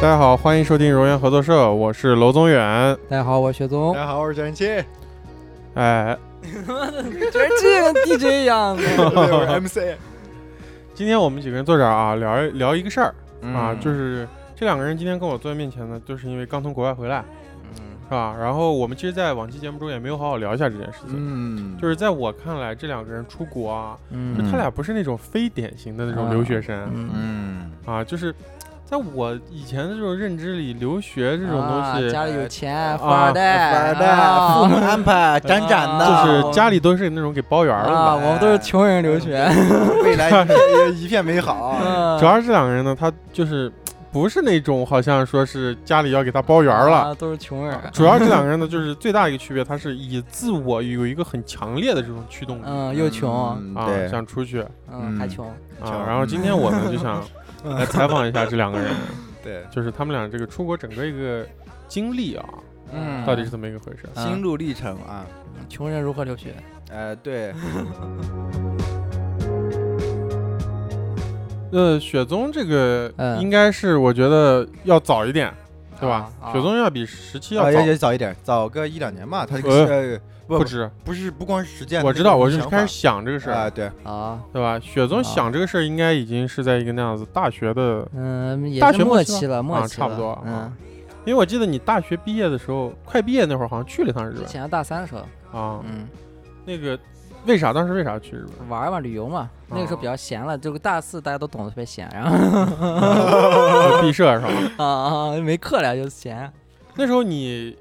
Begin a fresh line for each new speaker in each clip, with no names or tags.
大家好，欢迎收听荣源合作社，我是娄宗远。
大家好，我是雪宗
哦嗯
大。家好，我是小人气，
哎，
觉得这个 DJ 一 样的。
对我是
啊
MC
今天我们几个人坐这儿啊，聊一聊一个事儿啊，
嗯
就是这两个人今天跟我坐在面前呢，就是因为刚从国外回来，
嗯
是吧？然后我们其实，在往期节目中也没有好好聊一下这件事情。
嗯
就是在我看来，这两个人出国啊，就
嗯
他俩不是那种非典型的那种
啊
留学生
嗯，
嗯，
啊，就是在我以前的这种认知里，留学这种东
啊
西，
家里有钱，富
啊
二代，
富二代，
啊
父母安排，
沾
沾
染
染
的
的，
哦就是家里都是那种给包圆儿的嘛。
啊，我们都是穷人留学。
未来一一片 美好。
嗯
主要是这两个人呢，他就是不是那种好像说是家里要给他包圆儿了。
啊都是穷人。
主要这两个人呢，就是最大一个区别，他是以自我有一个很强烈的这种驱动力、
嗯，又穷，
嗯
啊，
对，
想出去啊。
嗯，
嗯
还穷。
强
然后今天我们就 想来采访一下这两个人，啊
对，
就是他们俩这个出国整个一个经历啊，
嗯
到底是怎么一个回事？
嗯
心路历程啊，
穷人如何留学？
呃，对，
呃，雪宗这个
嗯
应该是我觉得要早一点，对吧
啊？啊
雪宗要比十七要
啊，
早
也也早一点，早个一两年吧。他这
呃
个是不
不
不
止，
不是不光是实践，
我
他
知道，
这个
我是
想
开始
法
想这个事儿
啊，对，
啊，
对吧？雪宗
啊
想这个事儿，应该已经是在一个那样子大学的，
嗯，也
大
是
学
末
末期
期了，末
啊
期
差不
了
多啊
嗯，
因为我记得你大学毕业的时候，快毕业那会儿好像去了一趟日
之
本
前大三的时候，
啊。
嗯，
那个为啥当时为啥去日本？
玩儿嘛，旅游嘛，那个时候
啊
比较闲了，就大四大家都懂得特别闲，然后
呃毕设是吧？
啊啊没课了就闲。
那时候你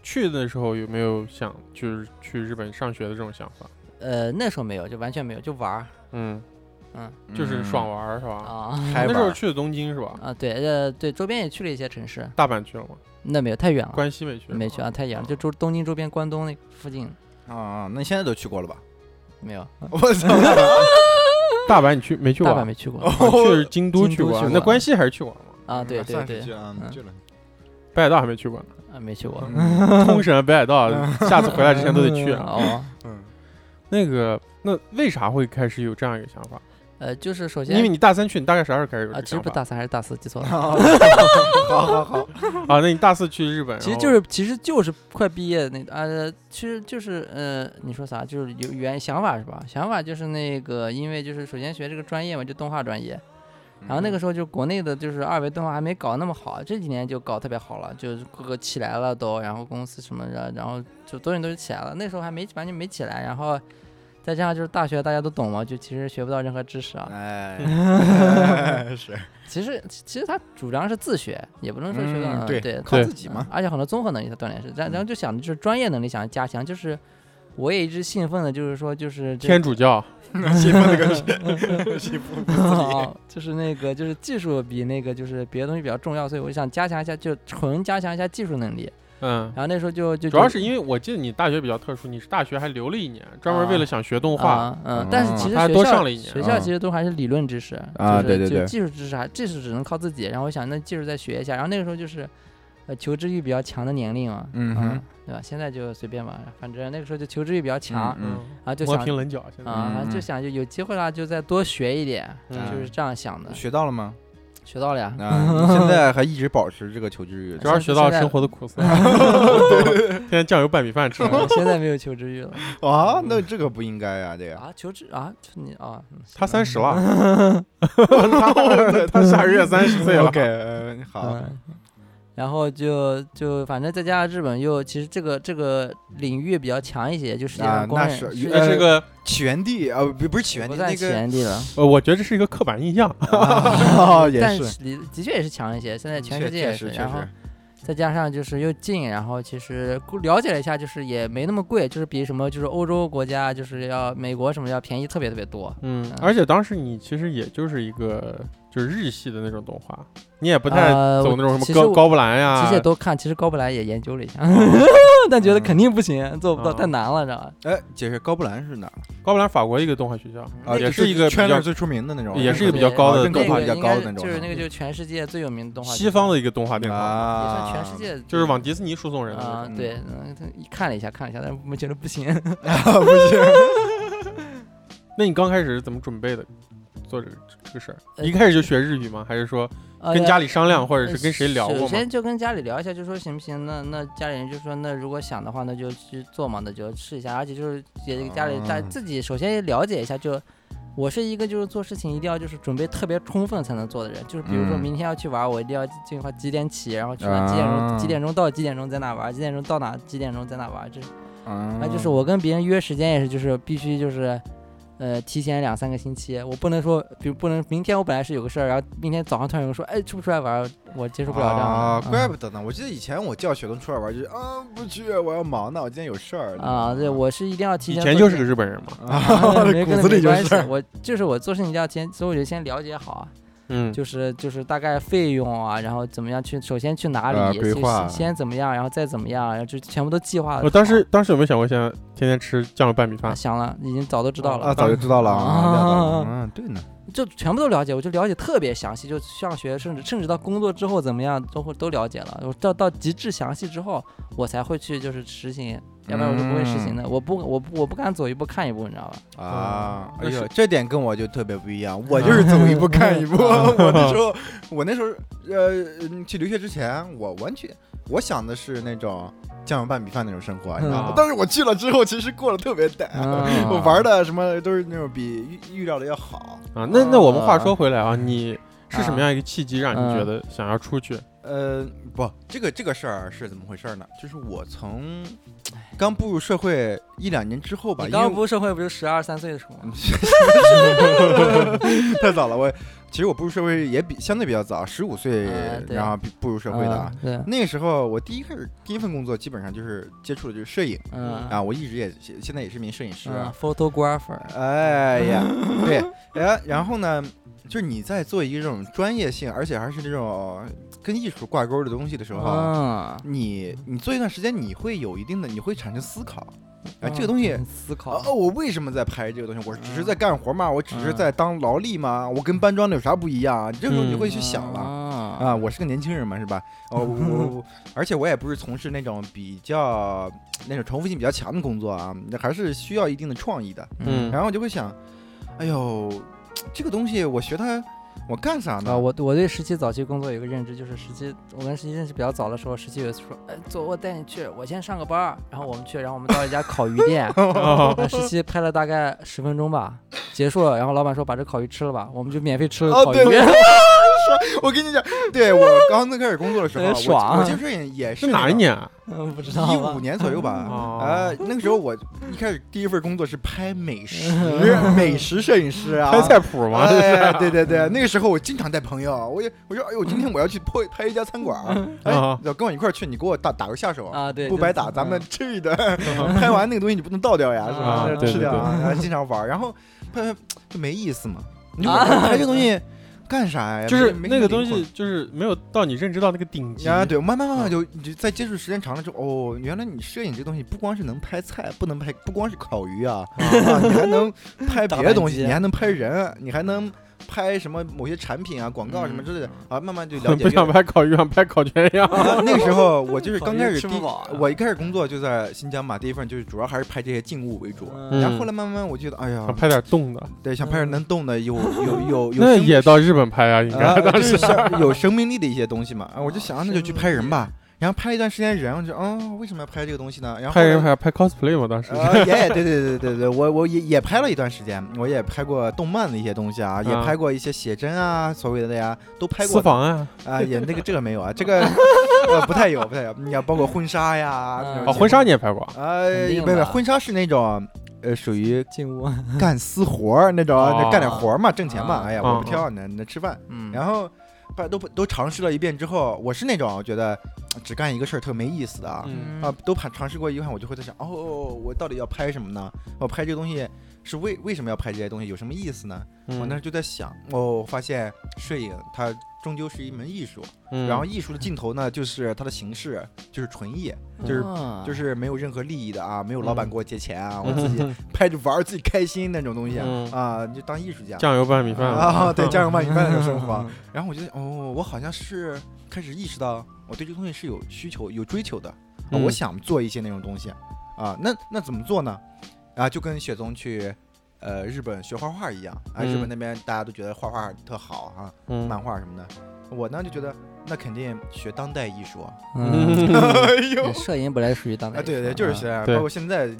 去的时候有没有想就是去日本上学的这种想法？
呃，那时候没有，就完全没有，就玩儿
嗯，
嗯
就是爽玩儿是
啊
吧？
啊
嗨
那时
玩
候
儿
去的东京是吧？
啊，对呃对，周边也去了一些城市，
大阪去了吗？
那没有太远了，
关西没去，
没去啊，太远了，就周东京周边关东那附近
嗯啊，那你现在都去过 了吧？
没有，
啊
我操，
大阪你去没去过
大阪
啊？
没去过
啊去是京都
京
去
都
过啊
去，
那
过
关西还是去过了吗？
啊，对对
算是
对
去，啊
嗯
去了，
北海道还没去过呢。
啊没去过，
嗯
冲绳、北海 道，下次回来之前都得去啊。
哦，
嗯
那个，那为啥会开始有这样一个想法？
呃，就是首先
因为你大三去，你大概啥时候开始有这
啊，
个
其实
想
不是
法？
大三还是大四，记 错了。
好好好，
啊，那你大四去日本，
其实
然后
就是，其实就是快毕业那呃，其实就是呃，你说啥？就是有原想法是吧？想法就是那个，因为就是首先学这个专业嘛，就动画专业，
嗯
然后那个时候就国内的就是二维动画还没搞那么好，这几年就搞特别好了，就是各个起来了都，然后公司什么的，然后就多人都起来了。那时候还没完全没起来，然后再加上就是大学大家都懂嘛，就其实学不到任何知识
嗯
啊。
哎， 是
其实其实他主张是自学，也不能说学到、
嗯
呃
对
对
靠
对
自己嘛
嗯，而且很多综合能力他锻炼是，然
嗯
然后就想就是专业能力想加强，就是我也一直兴奋的，就是说就是这
天主教，
欺负那个欺 负自己，
哦，就是那个，就是技术比那个就是别的东西比较重要，所以我就想加强一下，就纯加强一下技术能力。
嗯
然，后那时候就就
主要
就是
因为我记得你大学比较特殊，你是大学还留了一年，专门为了想学动画，
啊，嗯，但是
嗯
其实
他还
学
多
校
上了一年
学校
嗯
其实都还是理论知识就
啊
是
对对
就
对
技术知识还技术只能靠自己。然后我想那技术再学一下，然后那个时候就是呃求知欲比较强的年龄嘛，啊
嗯哼
对吧？现在就随便玩，反正那个时候就求知欲比较强，
嗯
然后就
磨
想
平棱角，现在
啊，反正就
嗯
想就有机会啦，就再多学一点，
嗯
就是这样想的。
学到了 吗？
学到了呀，
啊，你现在还一直保持这个求 知欲，
主要学到
现在
生活的苦 涩，天天酱油拌米饭吃，
嗯现在没有求知欲了
啊？那这个不应该啊，这 个
啊，求知啊，就你啊，嗯
他三十了， 他他下个月三十岁了
OK，，呃好，
嗯，然后就就反正再加上日本又其实这个这个领域比较强一些，就世界
啊
上公
那
认
是
世界
这
呃
是个
起源地啊，不不是起源
不
地，
算
那
起
个
源地了，
呃，我觉得这是一个刻板印象，
啊也
但
是，嗯
的的确也是强一些，现在全世界也
确
是，
实确
然后
实，
再加上就是又近，然后其实了解了一下，就是也没那么贵，就是比什么就是欧洲国家就是要美国什么要便宜特别特别多。
嗯
嗯，
而且当时你其实也就是一个就是日系的那种动画，你也不太
呃
走
我
那种什
其
么
实
高
我
高布兰呀，
其
啊
实也都看，其实高布兰也研究了一
哦
下， 但觉得肯定不行，做不到，
嗯
太难了，知道吧？
哎，解释高布兰是哪儿？啊
高布兰法国一个动画学校，
哦
那
也
个
是一个比
圈
较
内最出名的那种，
哦也是一个比较
对
高的
更
动
动
画
画
那
比
个
较
哦应
高
该
的那种，
就是那个就是全世界最有名的动画，
西方的一个动画电台，
也
啊，
算全世界
就是往迪士尼输送人的那
啊
种。
嗯
对，嗯，他一看了一下看了一下，但我们觉得不行。
啊，不行，
那你刚开始是怎么准备的？做这个这个事儿？
呃
一开始就学日语吗？还是说
呃
跟家里商量，或者
呃
是跟谁聊过
首
吗？
先就跟家里聊一下，就说行不行？那那家里人就说，那如果想的话，那就去做嘛，那就试一下。而且就是也家
啊
里大
嗯
自己首先了解一下，就我是一个就是做事情一定要就是准备特别充分才能做的人，就是比如说
嗯
明天要去玩，我一定要计划几点起，然后去玩几点钟，几
啊
点钟到几点钟在哪玩，几点钟到哪几点钟在哪玩，就是
啊
啊，就是我跟别人约时间也是，就是必须就是，呃，提前两三个星期，我不能说，比如不能明天我本来是有个事儿，然后明天早上突然有人说，哎，出不出来玩儿？我接受不了这样的。嗯
啊，怪
不
不得呢！我记得以前我叫雪冬出来玩，就是啊不去，我要忙呢，我今天有事儿
啊，对，我是一定要提
以
前做。
前就是个日本人嘛。
啊， 没
骨
跟
子
没
里就
关系
是。
我就是我做事情一定要先，所以我就先了解好啊，
嗯，
就是就是大概费用啊，然后怎么样去，首先去哪里，
啊
先
规划哦
先怎么样，然后再怎么样，然后就全部都计划。啊
我当时当时有没有想过，现在天天吃酱油拌米饭？
想了，已经早都知道了
啊，早就知道了
啊
啊，料到了嗯，对呢，
就全部都了解，我就了解特别详细，就上学甚至甚至到工作之后怎么样都会都了解了。我到到极致详细之后，我才会去就是实行，要不然我是不会实行
嗯
的。我不我不我不敢走一步看一步，你知道吧？
啊，
那
哎
是
呦，这点跟我就特别不一
嗯
样，我就是走一步看一步。 我那时候，我那时候，呃，嗯去留学之前，我完全我想的是那种酱油拌米饭那种生活，你知道吗
嗯？
但是我去了之后，其实过得特别淡。
嗯
我 玩的什么都是那种比预预料的要好。
啊，那那我们话
啊
说回来啊，你是什么样一个契机让你
呃嗯
觉得想要出去？
呃，不，这个这个事儿是怎么回事呢？就是我从刚步入社会一两年之后吧，
你
因
刚
为
刚步入社会不是十二三岁的时候吗？
太早了，我其实我步入社会也比相对比较早，十五岁
啊，对
然后比步入社会的啊。
嗯对，
那个时候，我第一开始第一份工作基本上就是接触的就是摄影
嗯
啊，我一直也现现在也是名摄影师。
嗯
啊
，photographer，
哎 呀，对，然然后呢，就是你在做一个这种专业性，而且还是这种跟艺术挂钩的东西的时候啊，
嗯，
你你做一段时间，你会有一定的，你会产生思考。哎，
嗯
这个东西
很思考
哦，我为什么在拍这个东西？我只是
嗯
在干活吗？我只是
嗯
在当劳力吗？我跟搬砖的有啥不一样啊？这时候你
嗯
会去想了。
啊
啊，我是个年轻人嘛，是吧？哦，我我 我而且我也不是从事那种比较那种重复性比较强的工作啊，那还是需要一定的创意的。
嗯
然后我就会想，哎呦，这个东西我学它，我干啥呢？
啊，我我对十七早期工作有个认知，就是十七，我跟十七认识比较早的时候，十七有一次说，哎，走，我带你去，我先上个班儿，然后我们去，然后我们到一家烤鱼 店，
哦
呃十七拍了大概十分钟吧，结束了，然后老板说把这烤鱼吃了吧，我们就免费吃了
哦
烤鱼，
对对我跟你讲，对我刚刚开始工作的时候，啊
很爽
我我接触摄影也
是
是
哪一年啊？
嗯，不知道
一
吧
五年左右吧，
哦
呃，那个时候我一开始第一份工作是拍美食，美食摄影师啊，
拍菜谱吗？
哎，对对对，那个时候我经常带朋友，我就我说，哎呦，今天我要去拍拍一家餐馆儿，哎
啊，
要跟我一块儿去，你给我打打个下手，
啊，对，
不
就
白
是
打，咱们
嗯
吃一顿， 拍完那个东西你不能倒掉呀，
啊
是吧？
对
吃掉啊，然后经常玩儿，然后拍拍就没意思嘛，你就感觉拍这东西干啥呀？
就是
没
那个东。
没什么灵
西，就是没有到你认知到那个顶级
魂啊，对，慢慢慢慢就你就在接触时间长了之后，哦，原来你摄影这东西不光是能拍菜，不能拍， 不光是烤鱼啊，啊， 你还能拍别的东西，
打扮机
你还能拍人，你还能拍什么某些产品啊、广告什么之类的、啊，慢慢就 了解啊
不
越来
想
越。
拍烤鱼，想拍烤全羊。
哦
那个时候我就是刚开始
烤鱼吃
第
不饱啊
我一开始工作就在新疆嘛，第一份就是主要还是拍这些静物为 主。
嗯
然后后来慢慢我觉得，哎呀
想，拍点动的，
对，想拍点能动的，有有有有
那
生
也到日本拍啊，应该
啊，
当
就
时
是 像有生命力的一些东西嘛。啊，我就
啊
想那就去拍人吧。然后拍一段时间人，我就哦，为什么要拍这个东西呢？然后
拍
后来
人还要拍 cosplay 嘛，当时
啊，也对对对对对，我我也也拍了一段时间，我也拍过动漫的一些东西啊，也
嗯
拍过一些写真啊，所谓的呀，都拍
私
过的
房啊，
啊，也那个这个没有啊，这个呃不太有不太有，你要包括婚纱呀，
嗯
那
哦，
种
婚纱你也拍过啊？
呃
肯定，
不是不
的
是，婚纱是那种呃属于
进屋，
干私活儿那种，
哦
干点活儿嘛，挣钱嘛，
啊
哎呀，
嗯
我不挑，你你吃饭，
嗯，
然后。把都都尝试了一遍之后，我是那种我觉得呃只干一个事儿特没意思的啊，
嗯
啊，都怕尝试过一换，我就会在想，哦，我到底要拍什么呢？我拍这个东西是为为什么要拍这些东西？有什么意思呢？
嗯
我那时候就在想，哦，我发现摄影它终究是一门艺术，
嗯
然后艺术的尽头呢，就是它的形式就是纯艺，就是
啊
就是没有任何利益的啊，没有老板给我结钱啊，
嗯
我
哦嗯
自己拍着玩儿自己开心那种东西
嗯
啊，你就当艺术家。
酱油拌米饭嘛
啊，对，家人拌米饭那种生活。 然后我觉得，哦，我好像是开始意识到我对这东西是有需求、有追求的，啊
嗯
我想做一些那种东西啊。那那怎么做呢？啊，就跟雪宗去呃日本学画画一样啊，
嗯
日本那边大家都觉得画画特好哈、
嗯
漫画什么的。我呢就觉得那肯定学当代艺术啊，
嗯，
哎呦
对摄影本来属于当代
啊，对
艺术
对，就是
啊
西安，
嗯对
包括现在主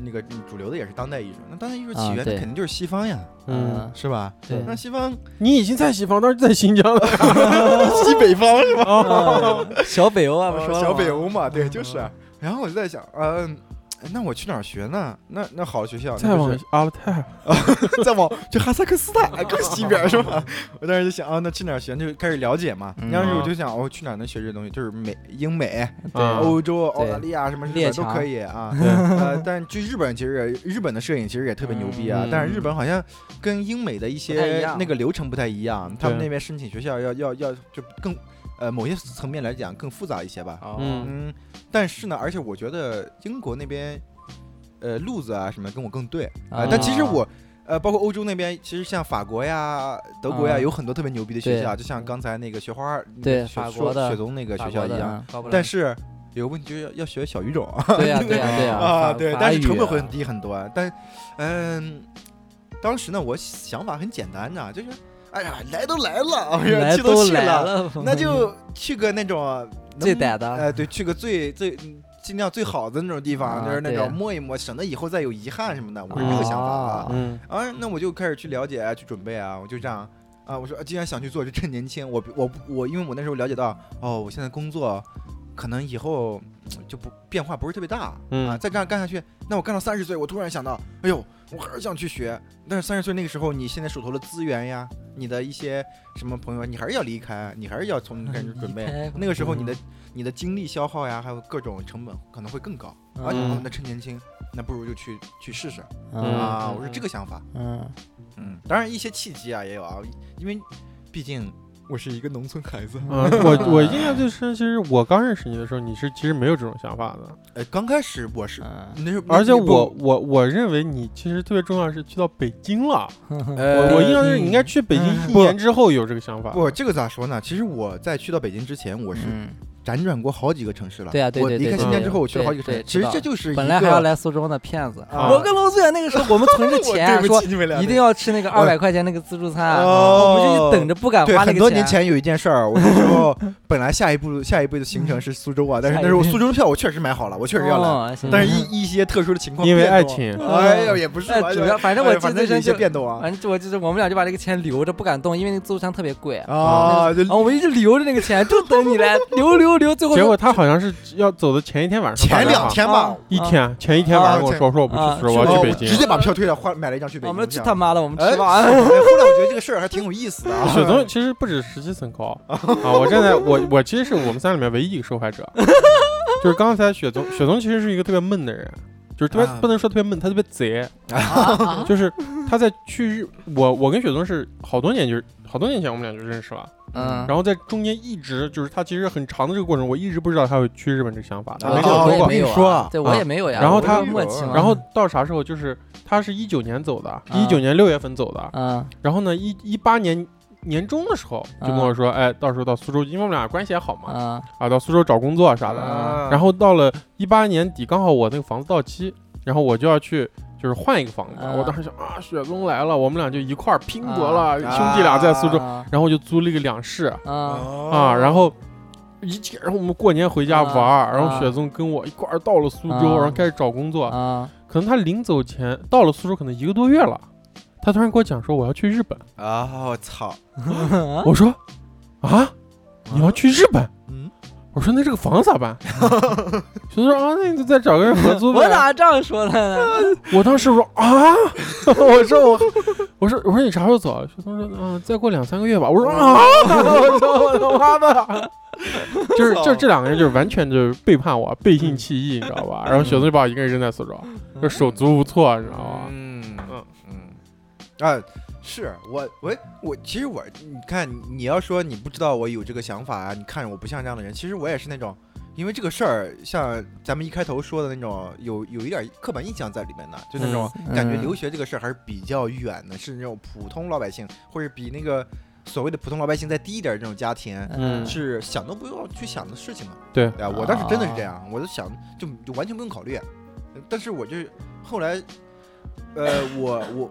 那个主流的也是当代艺术。那当代艺术
啊
起源，
对
那肯定就是西方呀，
嗯，
是吧？
对
那啊西方
你已经在西方，但是在新疆了。
西北方是吧？
嗯小北欧啊，不说了吗嗯
哦小北欧嘛，对，就是。然后我就在想，嗯。那我去哪儿学呢？那那好的学 校，
再
那就
往啊
是
阿勒泰，
再往去哈萨克斯坦更西边是吧？ 我当时就想啊，那去哪儿学？就开始了解嘛。
嗯
当时我就想，哦，去哪儿能学这东西？就是美、英美、
对
啊
欧洲、澳
对
大利亚什么日
列
本都
强
可以啊。
对，
呃，但去日本其实也日本的摄影其实也特别牛逼啊，
嗯
但是日本好像跟英美的一
不太一
些
样
那个流程不太一样，他们
对
那边申请学校要要要就更呃某些层面来讲更复杂一些吧。
哦
嗯
嗯，但是呢，而且我觉得英国那边呃路子啊什么跟我更对啊、
啊
但其实我。呃，包括欧洲那边，其实像法国呀、德国呀，
啊
有很多特别牛逼的学
对
校，就像刚才那个学花儿那个
对
雪
法
说
国的
雪宗那个
法
学
国
校
的
一样。
嗯高不了
但是有个问题，就是要要学小语种啊。
对呀对 呀对呀
啊，
法
对，
法
但是成
语
本
啊
会很低很多。但，嗯，当时呢，我想法很简单呐，就是，哎呀，来都来了，哎呀，
来
去都去
来
了，
了，
那就去个那种
最
能
歹的，
哎，对，去个最最尽量最好的那种地方，
啊
就是那
对
种摸一摸，省得以后再有遗憾什么的。我是这个想法啊。
嗯
啊，那我就开始去了解啊，去准备啊，我就这样啊，我说啊既然想去做，就趁年轻。我我我，因为我那时候了解到，哦，我现在工作可能以后嗯就不变化不是特别大、
嗯
啊，再这样干下去，那我干到三十岁，我突然想到，哎呦，我还是想去学。但是三十岁那个时候，你现在手头的资源呀，你的一些什么朋友，你还是要离开，你还是要从开始准备。呃那个时候你
嗯
的、你的精力消耗呀，还有各种成本可能会更高。啊，
嗯
哦那趁年轻，那不如就去去试试啊！
嗯
我是这个想法。
嗯，
嗯，当然一些契机啊也有啊，因为毕竟我是一个农村孩子，
嗯，我我印象最深，其实我刚认识你的时候，你是其实没有这种想法的。
呃，刚开始我是
嗯
那时候，
而且
你不
我我我认为你其实特别重要的是去到北京了。
呃
我我印象是你应该去北京
嗯
一
不
年之后有这个想法。
不这个咋说呢？其实我在去到北京之前，我是
嗯，
辗转过好几个城市了。
对啊对对
我离
对
开新疆
对
之后，我去了好几个城
对
市。
对
其实
知
这
道
就是一
本来还要
个，
来苏州呢，骗子。
啊
我跟龙子远那个时候，我们存着
对
钱，啊
不
说
起你们俩，
一定要吃那个二百块钱那个自助餐，啊
哦
我们就等着不敢
对，
啊花那
很
个
多年前有一件事儿，我那时候本来下一步下一步的行程是苏 州啊，但是
下一
那时候
步
苏州的票我确实买好了，我确实要来，
哦行
但是一一些特殊的情况，
因为爱，情，
哎呦也不是吧，
哎主要反正我
哎
记
反
得
正有一
真
些
就
变动啊
反正我就是我们俩就把这个钱留着不敢动，因为那个自助餐特别贵啊
啊，就
我们一直留着那个钱，就等你来留留留，最后
结果他好像是要走的前一天晚上打
前
电
哎两
话，
天吧
啊，
一天前一天晚上
啊
跟我说，说我不
啊
去苏州，我
哦
要
我
去北京
直。接把票退了，换买了一张去北
哦我
京
们
的
去
票。
他妈的，我们
哎，
吃
后 来
吧。
我觉得这个事儿还挺有意思的啊。
雪宗其实不止实际身高啊，我站在我我其实是我们三里面唯一一个受害者， 就是刚才雪宗雪宗其实是一个特别闷的人，就是特别、
啊
不能说特别闷，他特别贼，就是他在去日我我跟雪宗是好多年就是好多年前我们俩就认识了，
哎
嗯，
然后在中间一直就是他其实很长的这个过程，我一直不知道他有去日本这个想法，他没
啊
跟我说
我也
过，
没有嗯啊
对我也没有呀。
然后
我
他
就默契嘛。
然后到啥时候就是他是一九年走
啊
的，一九年六月份走的，
嗯
然后呢，一一八年年中的时候就
啊
跟我说，哎，到时候到苏州，因为我们俩关系也好嘛，
嗯
啊，到苏州找工作啥的。
啊
然后到了一八年底，刚好我那个房子到期，然后我就要去。就是换一个房子，
啊
我当时想啊，雪宗来了，我们俩就一块儿拼搏了，
啊
兄弟俩在苏州，
啊
然后我就租了一个两室
嗯
啊
啊，
啊
然后一起，然后我们过年回家玩
啊
儿，然后
啊
雪宗跟我一块儿到了苏州，
啊
然后开始找工
嗯
作，
啊！
可能他临走前到了苏州，可能一个多月了，他突然跟我讲说我要去日本，
啊！我操，
我说啊，你要去日本？
嗯，
我说那这个房子咋办？ 就说啊，那你就再找个人合租呗。
我哪这样说的呢？
我当时说啊， 我说我我说我说你啥时候走啊？学东说嗯、再过两三个月吧。我说啊， 我说我的妈的！ 就是就这两个人就是完全就是背叛我，背信弃义，你知道吧？
嗯
然后雪东就把我一个人扔在苏州，就手足无措，你知道
啊
吧？
嗯
嗯
嗯啊，是我我我，其实我你看，你要说你不知道我有这个想法啊，你看我不像这样的人，其实我也是那种。因为这个事儿，像咱们一开头说的那种，有有一点刻板印象在里面的，就那种
嗯
感觉
嗯
留学这个事儿还是比较远的，是那种普通老百姓，或者比那个所谓的普通老百姓再低一点儿的这种家庭，
嗯
是想都不用去想的事情嘛。
对
对啊，我
哦
当时真的是这样，我就想就就完全不用考虑，呃但是我就后来呃，我我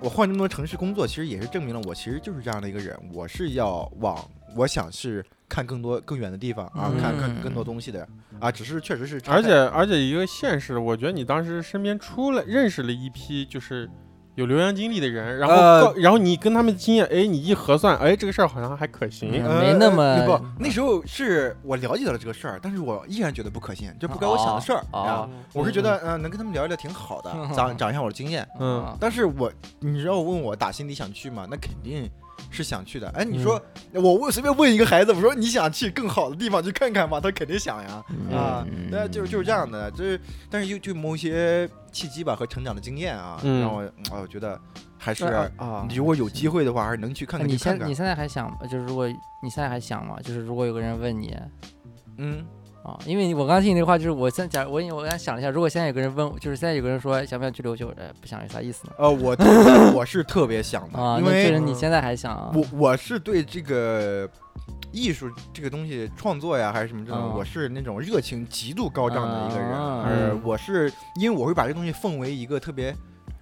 我换这么多城市工作，其实也是证明了我其实就是这样的一个人，我是要往我想是看更多更远的地方啊，看看更多
嗯
东西的啊，只是确实是差
而
太
且而且一个现实，我觉得你当时身边出来认识了一批就是有留洋经历的人，然后、
呃
告然后你跟他们经验，哎，你一核算，哎，这个事儿好像还可行。
嗯
呃
没那么
不，那时候是我了解到了这个事儿，但是我依然觉得不可信，这不该我想的事儿
哦
啊
哦。
我是觉得，嗯、能跟他们聊一聊挺 好的，长长一下我的经验。
嗯
啊
但是我，你知道我问我打心底想去吗？那肯定是想去的。哎，你说、
嗯
我问随便问一个孩子，我说你想去更好的地方去看看吗？他肯定想呀，
嗯
啊，那就就是这样的。就是，但是又就某一些契机吧和成长的经验啊，
嗯
让我啊，我觉得还是、
啊
你如果有机会的话，还是能去看
那
看
哎你
去看
现
看
你。现在还想吗？就是如果你现在还想吗？就是如果有个人问你
嗯，
啊，因为我刚听你这话，就是我现在假如我我刚才想了一下，如果现在有个人问我，就是现在有个人说想不想去留学，我这不想有啥意思呢？
呃，我我是特别想的，
啊，
因
那
为
就是你现在还想啊？
我我是对这个艺术这个东西创作呀，还是什么这种，
嗯
我是那种热情极度高涨的一个人。
嗯
呃，我是因为我会把这东西奉为一个特别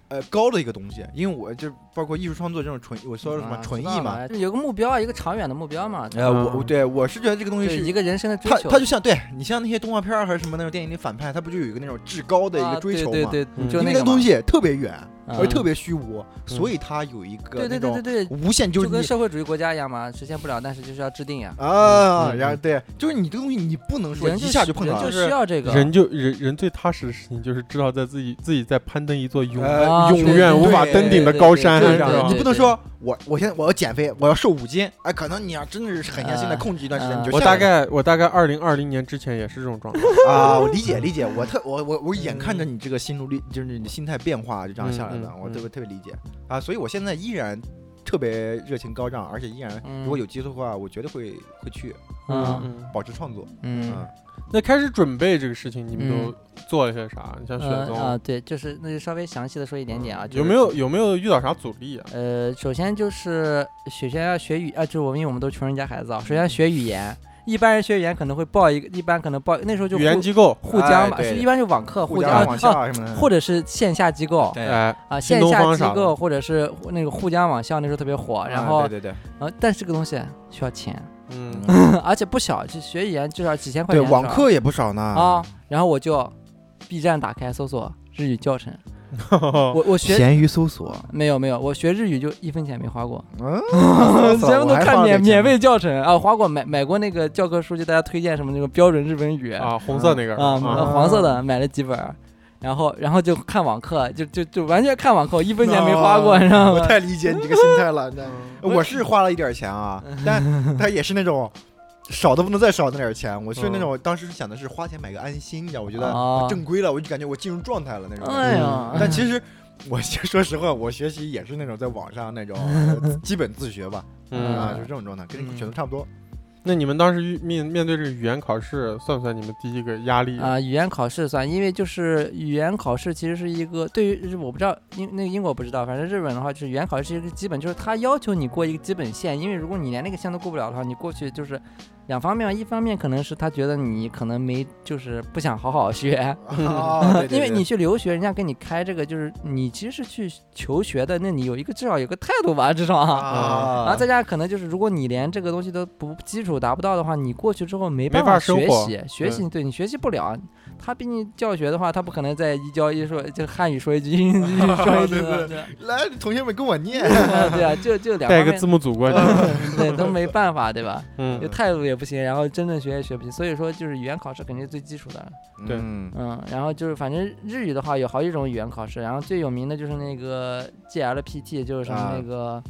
呃高的一个东西，因为我就包括艺术创作这种纯，我说什么
啊
纯艺
知道
嘛。
了有个目标啊，一个长远的目标嘛，
呃，我我
嗯
对我是觉得这个东西
就是一
是。
个人生的追
它
求。
它就像对你像那些动画片儿还啊是什么那种电影里反派，他不就有一个那种至高的一
啊
个追求吗？
对对
嗯
对，就
因为
那
那
个
个东
嘛，
西特别远，而
嗯
特别虚无，所以它有一个
对对
那
对
种
对对，
无限，
就
就
是
你
跟社会主义国家一样嘛，实现不了，但是就是要制定呀。
啊，
嗯
然后对，就是你这个东西你不能说
人
一
就
下
需
就碰到
人
了
就
就是
需要这个
人就人人最踏实的事情就是知道在自己自己在攀登一座永、
啊
呃
永
对
远
对
无法
对
登
对
顶的
对
高
对
山，
对
你
对
知道
对
吗
你
对
不能说我我现在我要减肥，我要瘦五斤，哎，可能你要真的是狠下心来
呃
控制一段时间，你就
我
下
大
来了
概我大概二零二零年之前也是这种状态。
啊， 我理解理解，我特我我我眼看着你这个心路历，就是你的心态变化就这样下来的，
嗯嗯
我特别
嗯
特别理解啊，所以我现在依然特别热情高涨，而且依然
嗯
如果有机会的话，我绝对会会去
嗯
嗯
嗯。
保持创作，
嗯
嗯
那开始准备这个事情，你们
嗯
都做了些啥？你像雪
呃
宗、
啊，对，就是那就稍微详细的说一点点
嗯
啊，就
有
是
没有有没有遇到啥阻力啊？
呃，首先就是首先要学语啊，就是我们因为我们都穷人家孩子啊，首先要学语言。一般人学语言可能会报一个，一般可能报那时候就
语言
互
机构，
互江吧，
哎对
是一般是网课
互
江
相往
啊，
下什么的，
或者是线下机构
对
哎，
啊，
新
线
东
下
方
机
啥的
构或者是互那个互江网校那时候特别火，然
啊
后
对对对，
呃，但是这个东西需要钱，
嗯，
而且不小，就学语言至少几千块
对
钱是吧。
网课也不少呢
啊，然后我就 B 站打开搜索日语教程， 我我学
闲鱼搜索，
没有没有，我学日语就一分钱没花 过，
嗯，
全部都
我还
看
花了
免
点
免
钱
费教程啊，花过买买过那个教科书，就大家推荐什么那个标准日本语啊
啊，红色那个
啊
啊
黄色的买了几本儿。然后，然后就看网课，就就就完全看网课，我一分钱没花过，你知道
哦啊我
吗？
太理解你这个心态了，你知 道吗？
嗯
我是花了一点钱啊，但但也是那种少的不能再少那点钱。
嗯
我是那种当时想的是花钱买个安心，你知道，我觉得
啊，
正规了，我就感觉我进入状态了那种感觉。
哎呀，
但其实我先 说实话，我学习也是那种在网上那种 呃基本自学吧，
嗯
啊，
嗯
就这种状态，跟
嗯
你选的差不 多。
那你们当时遇面面对这个语言考试，算不算你们第一个压力？
啊、语言考试算，因为就是语言考试其实是一个对于我不知道英那个英国不知道，反正日本的话就是语言考试是一个基本，就是它要求你过一个基本线，因为如果你连那个线都过不了的话，你过去就是两方面，一方面可能是他觉得你可能没就是不想好好学。
啊，对对对
因为你去留学，人家给你开这个，就是你其实是去求学的，那你有一个至少有个态度吧，至少啊。然后
啊
再，加上可能就是，如果你连这个东西都不基础达不到的话，你过去之后没
没
办
法生
学
活
习，学习对你学习不了。啊他毕竟教学的话，他不可能在一教一说就汉语说一句，英 语说一句
对
的，
对
对
来，同学们跟我念。
啊对啊，就就两
带
方
一个
面
字幕组过去，
对 都没办法，对吧？就
嗯，
态度也不行，然后真正学也学不行，所以说就是语言考试肯定是最基础的，
对
嗯
嗯，然后就是反正日语的话有好几种语言考试，然后最有名的就是那个 GLPT，就是什么
啊
那个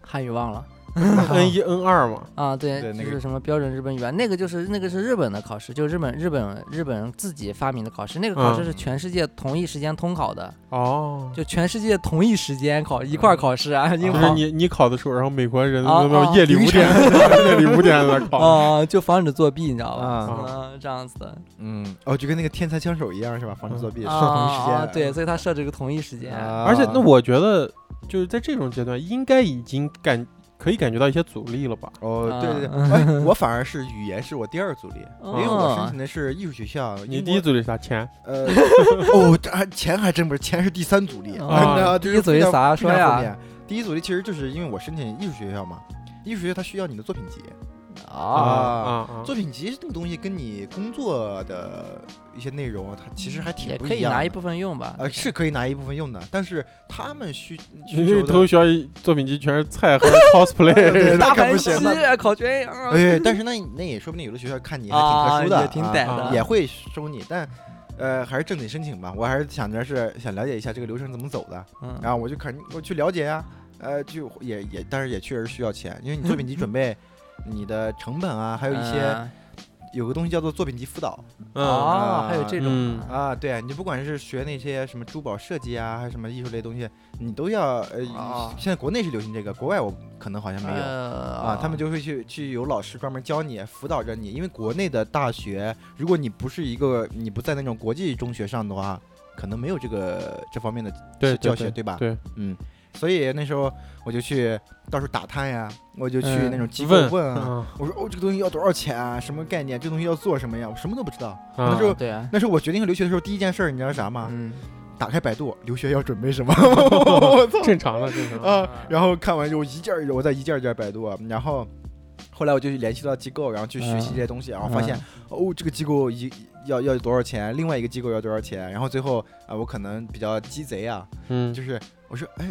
汉语忘了。
，N 一 N 二嘛，
啊，对，
对那
就
个
是什么标准日本语言，那个就是那个是日本的考试，就是日本日本日本自己发明的考试，那个考试
嗯
是全世界同一时间通考的，
哦，
就全世界同一时间考一
嗯
块儿考试啊，英
就是
皇
你你考的时候，然后美国人
啊
都要
啊
夜里五
凌
点， 夜里五点来 考，
啊，就防止作弊，你知道吧？
啊
嗯，这样子的
嗯，哦，就跟那个天才枪手一样是吧？防止作弊，
啊
同时
啊，
间
对，所以他设置个同一时间，
啊
而且，那我觉得就是在这种阶段，应该已经感可以感觉到一些阻力了吧？
哦，对对
啊
对， 哎，我反而是语言是我第二阻力，因为我
哦
申请的是艺术学校。
你
英
第
国
一组是啥钱？
呃，哦，这还钱还真不是，钱是第三阻力。
哦
哎你知道这
第一阻力
非常
啥
非
说
常
呀
负面第一阻力其实就是因为我申请艺术学校嘛，艺术学校它需要你的作品集，
啊
啊，
啊！
作品集这个东西跟你工作的一些内容啊，它其实还挺
也
不
可
一
以
样的。
拿一部分用吧。
呃，是可以拿一部分用的，但是他们需需
你这
求
个
的
头学校作品集全是菜和
对对
cosplay，
对那
大
可
盘
不
鸡
行，那
啊烤全 羊啊
哎，但是那那也说不定有的学校看你还挺特殊的，
啊也挺
啊
逮
的
也会收你，但呃还是正经申请吧。我还是想着是想了解一下这个流程怎么走的，
嗯
然后我就肯我去了解呀、呃，就也也，但是也确实需要钱，因为你作品集准备。你的成本啊，还有一些啊
嗯
有个东西叫做作品集辅导
嗯，
哦，还有这种
嗯
啊
啊，对啊，你就不管是学那些什么珠宝设计啊，还是什么艺术类东西，你都要呃
哦，
现在国内是流行这个，国外我可能好像没有。啊
啊，
他们就会去去有老师专门教你辅导着你，因为国内的大学，如果你不是一个你不在那种国际中学上的话，可能没有这个这方面的
对
教
对
学，
对，
吧？
对，
嗯，所以那时候我就去到处打探呀，我就去
嗯
那种机构
问
问啊，
啊
我说哦，这个东西要多少钱啊？什么概念？这东西要做什么呀？我什么都不知道。
啊
那时候
对啊，
那时候我决定留学的时候，第一件事儿你知道啥吗？
嗯
打开百度，留学要准备什么？我操！
正常了，正常了。
嗯
啊，然后看完就一件儿一件儿，我再一件儿一件儿百度，啊然后后来我就去联系到机构，然后去学习这些东西，然后发现、哦，这个机构一要要多少钱，另外一个机构要多少钱，然后最后啊，我可能比较鸡贼啊，
嗯，
就是我说哎，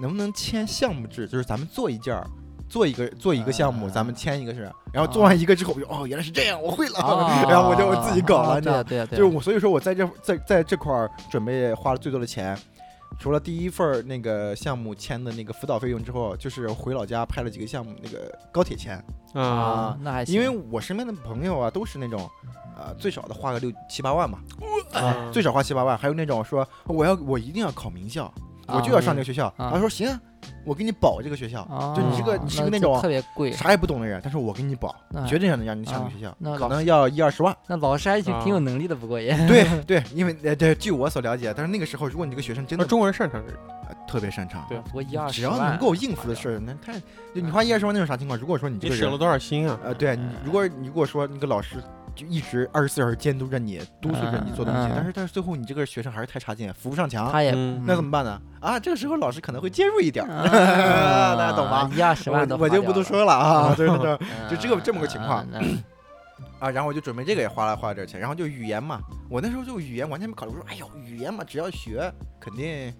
能不能签项目制，就是咱们做一件儿。做一个做一个项目，
啊
咱们签一个是，然后做完一个之后，我就哦，原来是这样，我会了，
啊
然后我就自己搞
啊
了，你知
对啊
道
对啊对啊，
就是我，所以说我在这在在这块儿准备花了最多的钱，除了第一份儿那个项目签的那个辅导费用之后，就是回老家拍了几个项目那个高铁钱，
啊，
啊，那还行
因为我身边的朋友啊都是那种。呃，最少的花个六七八万吧，
啊
最少花七八万。还有那种说我要我一定要考名校，我就要上这个学校。
嗯
他说行啊，我给你保这个学校，
啊
就你是个你是个
那
那种
特别贵，
啥也不懂的人，但是我给你保，
嗯
绝对让你让你上这个学校，
那
可
老
能要一二十万。
那老师还挺
啊
挺有能力的，不过 也
对对，因为呃对，据我所了解，但是那个时候，如果你这个学生真
那
的
中国人擅长这个。
呃特别擅长，
对
不过一二十
只要
万
能够应付的事儿，那太就你花一二十万那种啥情况？如果说你这
你
个
省了
人，
多少心啊？
呃，对你，
哎
如果你如果说那个老师就一直二十四小时监督着你，督促着你做东西
嗯嗯，
但是但是最后你这个学生还是太差劲，扶不上墙，
啊他也
嗯
那 怎么办呢？啊，这个时候老师可能会介入一点儿，
啊
大家懂吧？？
一二嗯十万都
我我就不多说了 啊，对对对。
花掉了，
就这个这么个情况
嗯，嗯
啊，然后我就准备这个也花了花了点钱，然后就语言嘛，我那时候就语言完全没考虑，我说哎呦，语言嘛，只要学肯定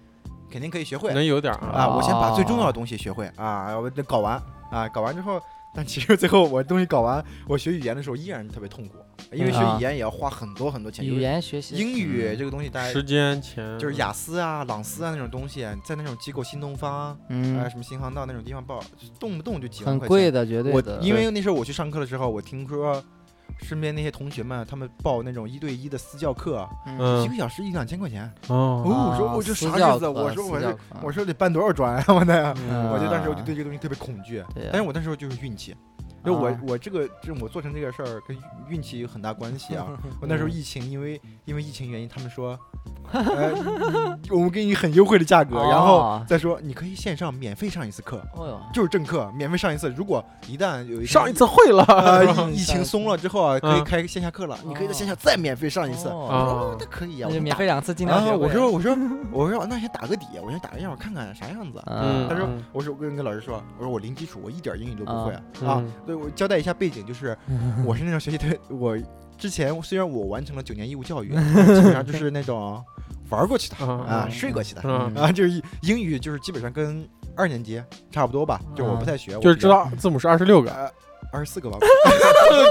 肯定可以学会
能有点儿啊？
啊，我先把最重要
哦
的东西学会啊，我得搞完啊，搞完之后，但其实最后我东西搞完，我学语言的时候依然特别痛苦，因为学
嗯
语言也要花很多很多钱，
语言学习
尤其英语
嗯
这个东西大家
时间钱
就是雅思啊、朗思啊那种东西，在那种机构新东方啊、
嗯
什么新航道那种地方报，就动不动就几万
很
块
贵
钱。
的，绝对
我
的，
因为那时候我去上课的时候，我听说身边那些同学们他们报那种一对一的私教课，
嗯
一个小时一两千块钱。
哦，
哦，我说
啊
我这
私
啥
教
意思啊？
课
我说我
私
这
教课哦
我说得办多少转啊？我的。
嗯
我就当时我就对这个东西特别恐惧，
啊对呀
但是我那时候就是运气，就我
啊
我这个这我做成这个事儿跟运气有很大关 系啊。我那
嗯
时候疫情，因为因为疫情原因，他们说，呃， 我们给你很优惠的价格，然后
哦
再说你可以线上免费上一次课，
哦哟
就是正课免费上一次。如果一旦有一天
上一次会了，
呃
上一
疫
次
疫情松了之后啊，可以
嗯
开线下课了，你可以在
哦
线下再免费上一次。
哦
啊
哦，那可以
那
啊，我
就
们
免
打
费两次，尽量学
啊！
会
我说我说我说哦那先打个底，我先打个样，我看看啥样子。
嗯
嗯，
他说
嗯：“
我说我跟跟老师说，我说我零基础，我一点英语都不会啊。
嗯
啊对我交代一下背 景，就是我是那种学习特别，我之前虽然我完成了九年义务 教育，但基本上就是那种玩过去的
啊
啊，睡过去的
嗯
啊，就是英语就是基本上跟二年级差不多吧，就我不太学，我
嗯就是知道字母是二十六个，
呃二十四个吧，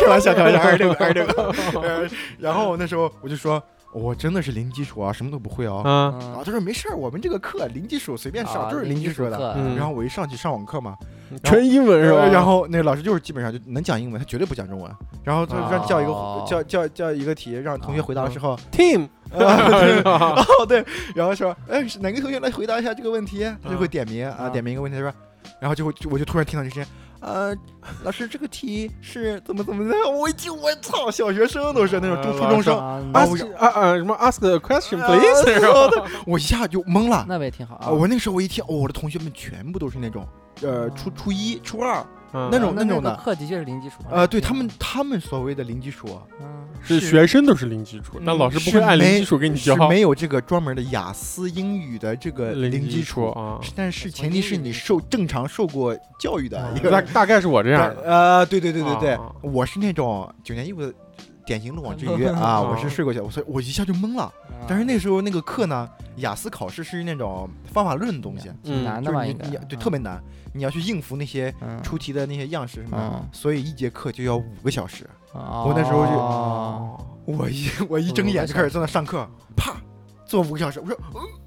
开玩笑，开玩笑，二十六个，二十六个。 呃然后那时候我就说，我真的是零基础啊，什么都不会啊。
嗯
啊
啊，他说没事儿，我们这个课零基础随便
啊
上，就是零基础的。
嗯
然后我一上去上网课嘛，
纯英文是吧？
呃然后那个老师就是基本上就能讲英文，他绝对不讲中文。然后他让叫一个、
哦
叫叫叫一个题，让同学回答的时 候，
team
对
哦是吧
哦对，然后说，哎，是哪个同学来回答一下这个问题？他就会点名啊，
啊
点名一个问题，他说，然后就会就我就突然听到这声音，呃，老师这个题是怎么怎么的？我一听，我操，小学生都是那种中初中生，
啊
啊
那
我
ask 啊啊什么 ask a question
啊
please 是吧
我一下就懵了。
那不也挺好啊？
啊我那时候我一听，哦，我的同学们全部都是那种呃
哦
初初一、初二，
嗯
啊那种
那
种
个
的
课的确是零基础
呃，对他们，他们所谓的零基础啊
嗯，
是学生都是零基础，但
嗯
老师不
是
会按零
没
基础给你
是
教
没有这个专门的雅思英语的这个零
基
基础，
啊。
是但是
从
前提
英
是
语
你
里
受正常受过教育
啊
的一 个
大大概是我这样的，
呃，对对对对对，
啊
我是那种九年义务的典型漏网之鱼 啊，我是睡过去，我所以我一下就懵
啊
了。
嗯
但是那时候那个课呢，雅思考试是那种方法论的东西，
嗯，
挺难
就
的吧，
是你
应该
你对特别难，你要去应付那些
嗯，
出题的那些样式什么的
嗯，哦
所以一节课就要五个小时。
我
那时候就
嗯
就
我一我一睁
五
眼
个
就开始在那上课，
嗯
啪坐五个小时，我说。嗯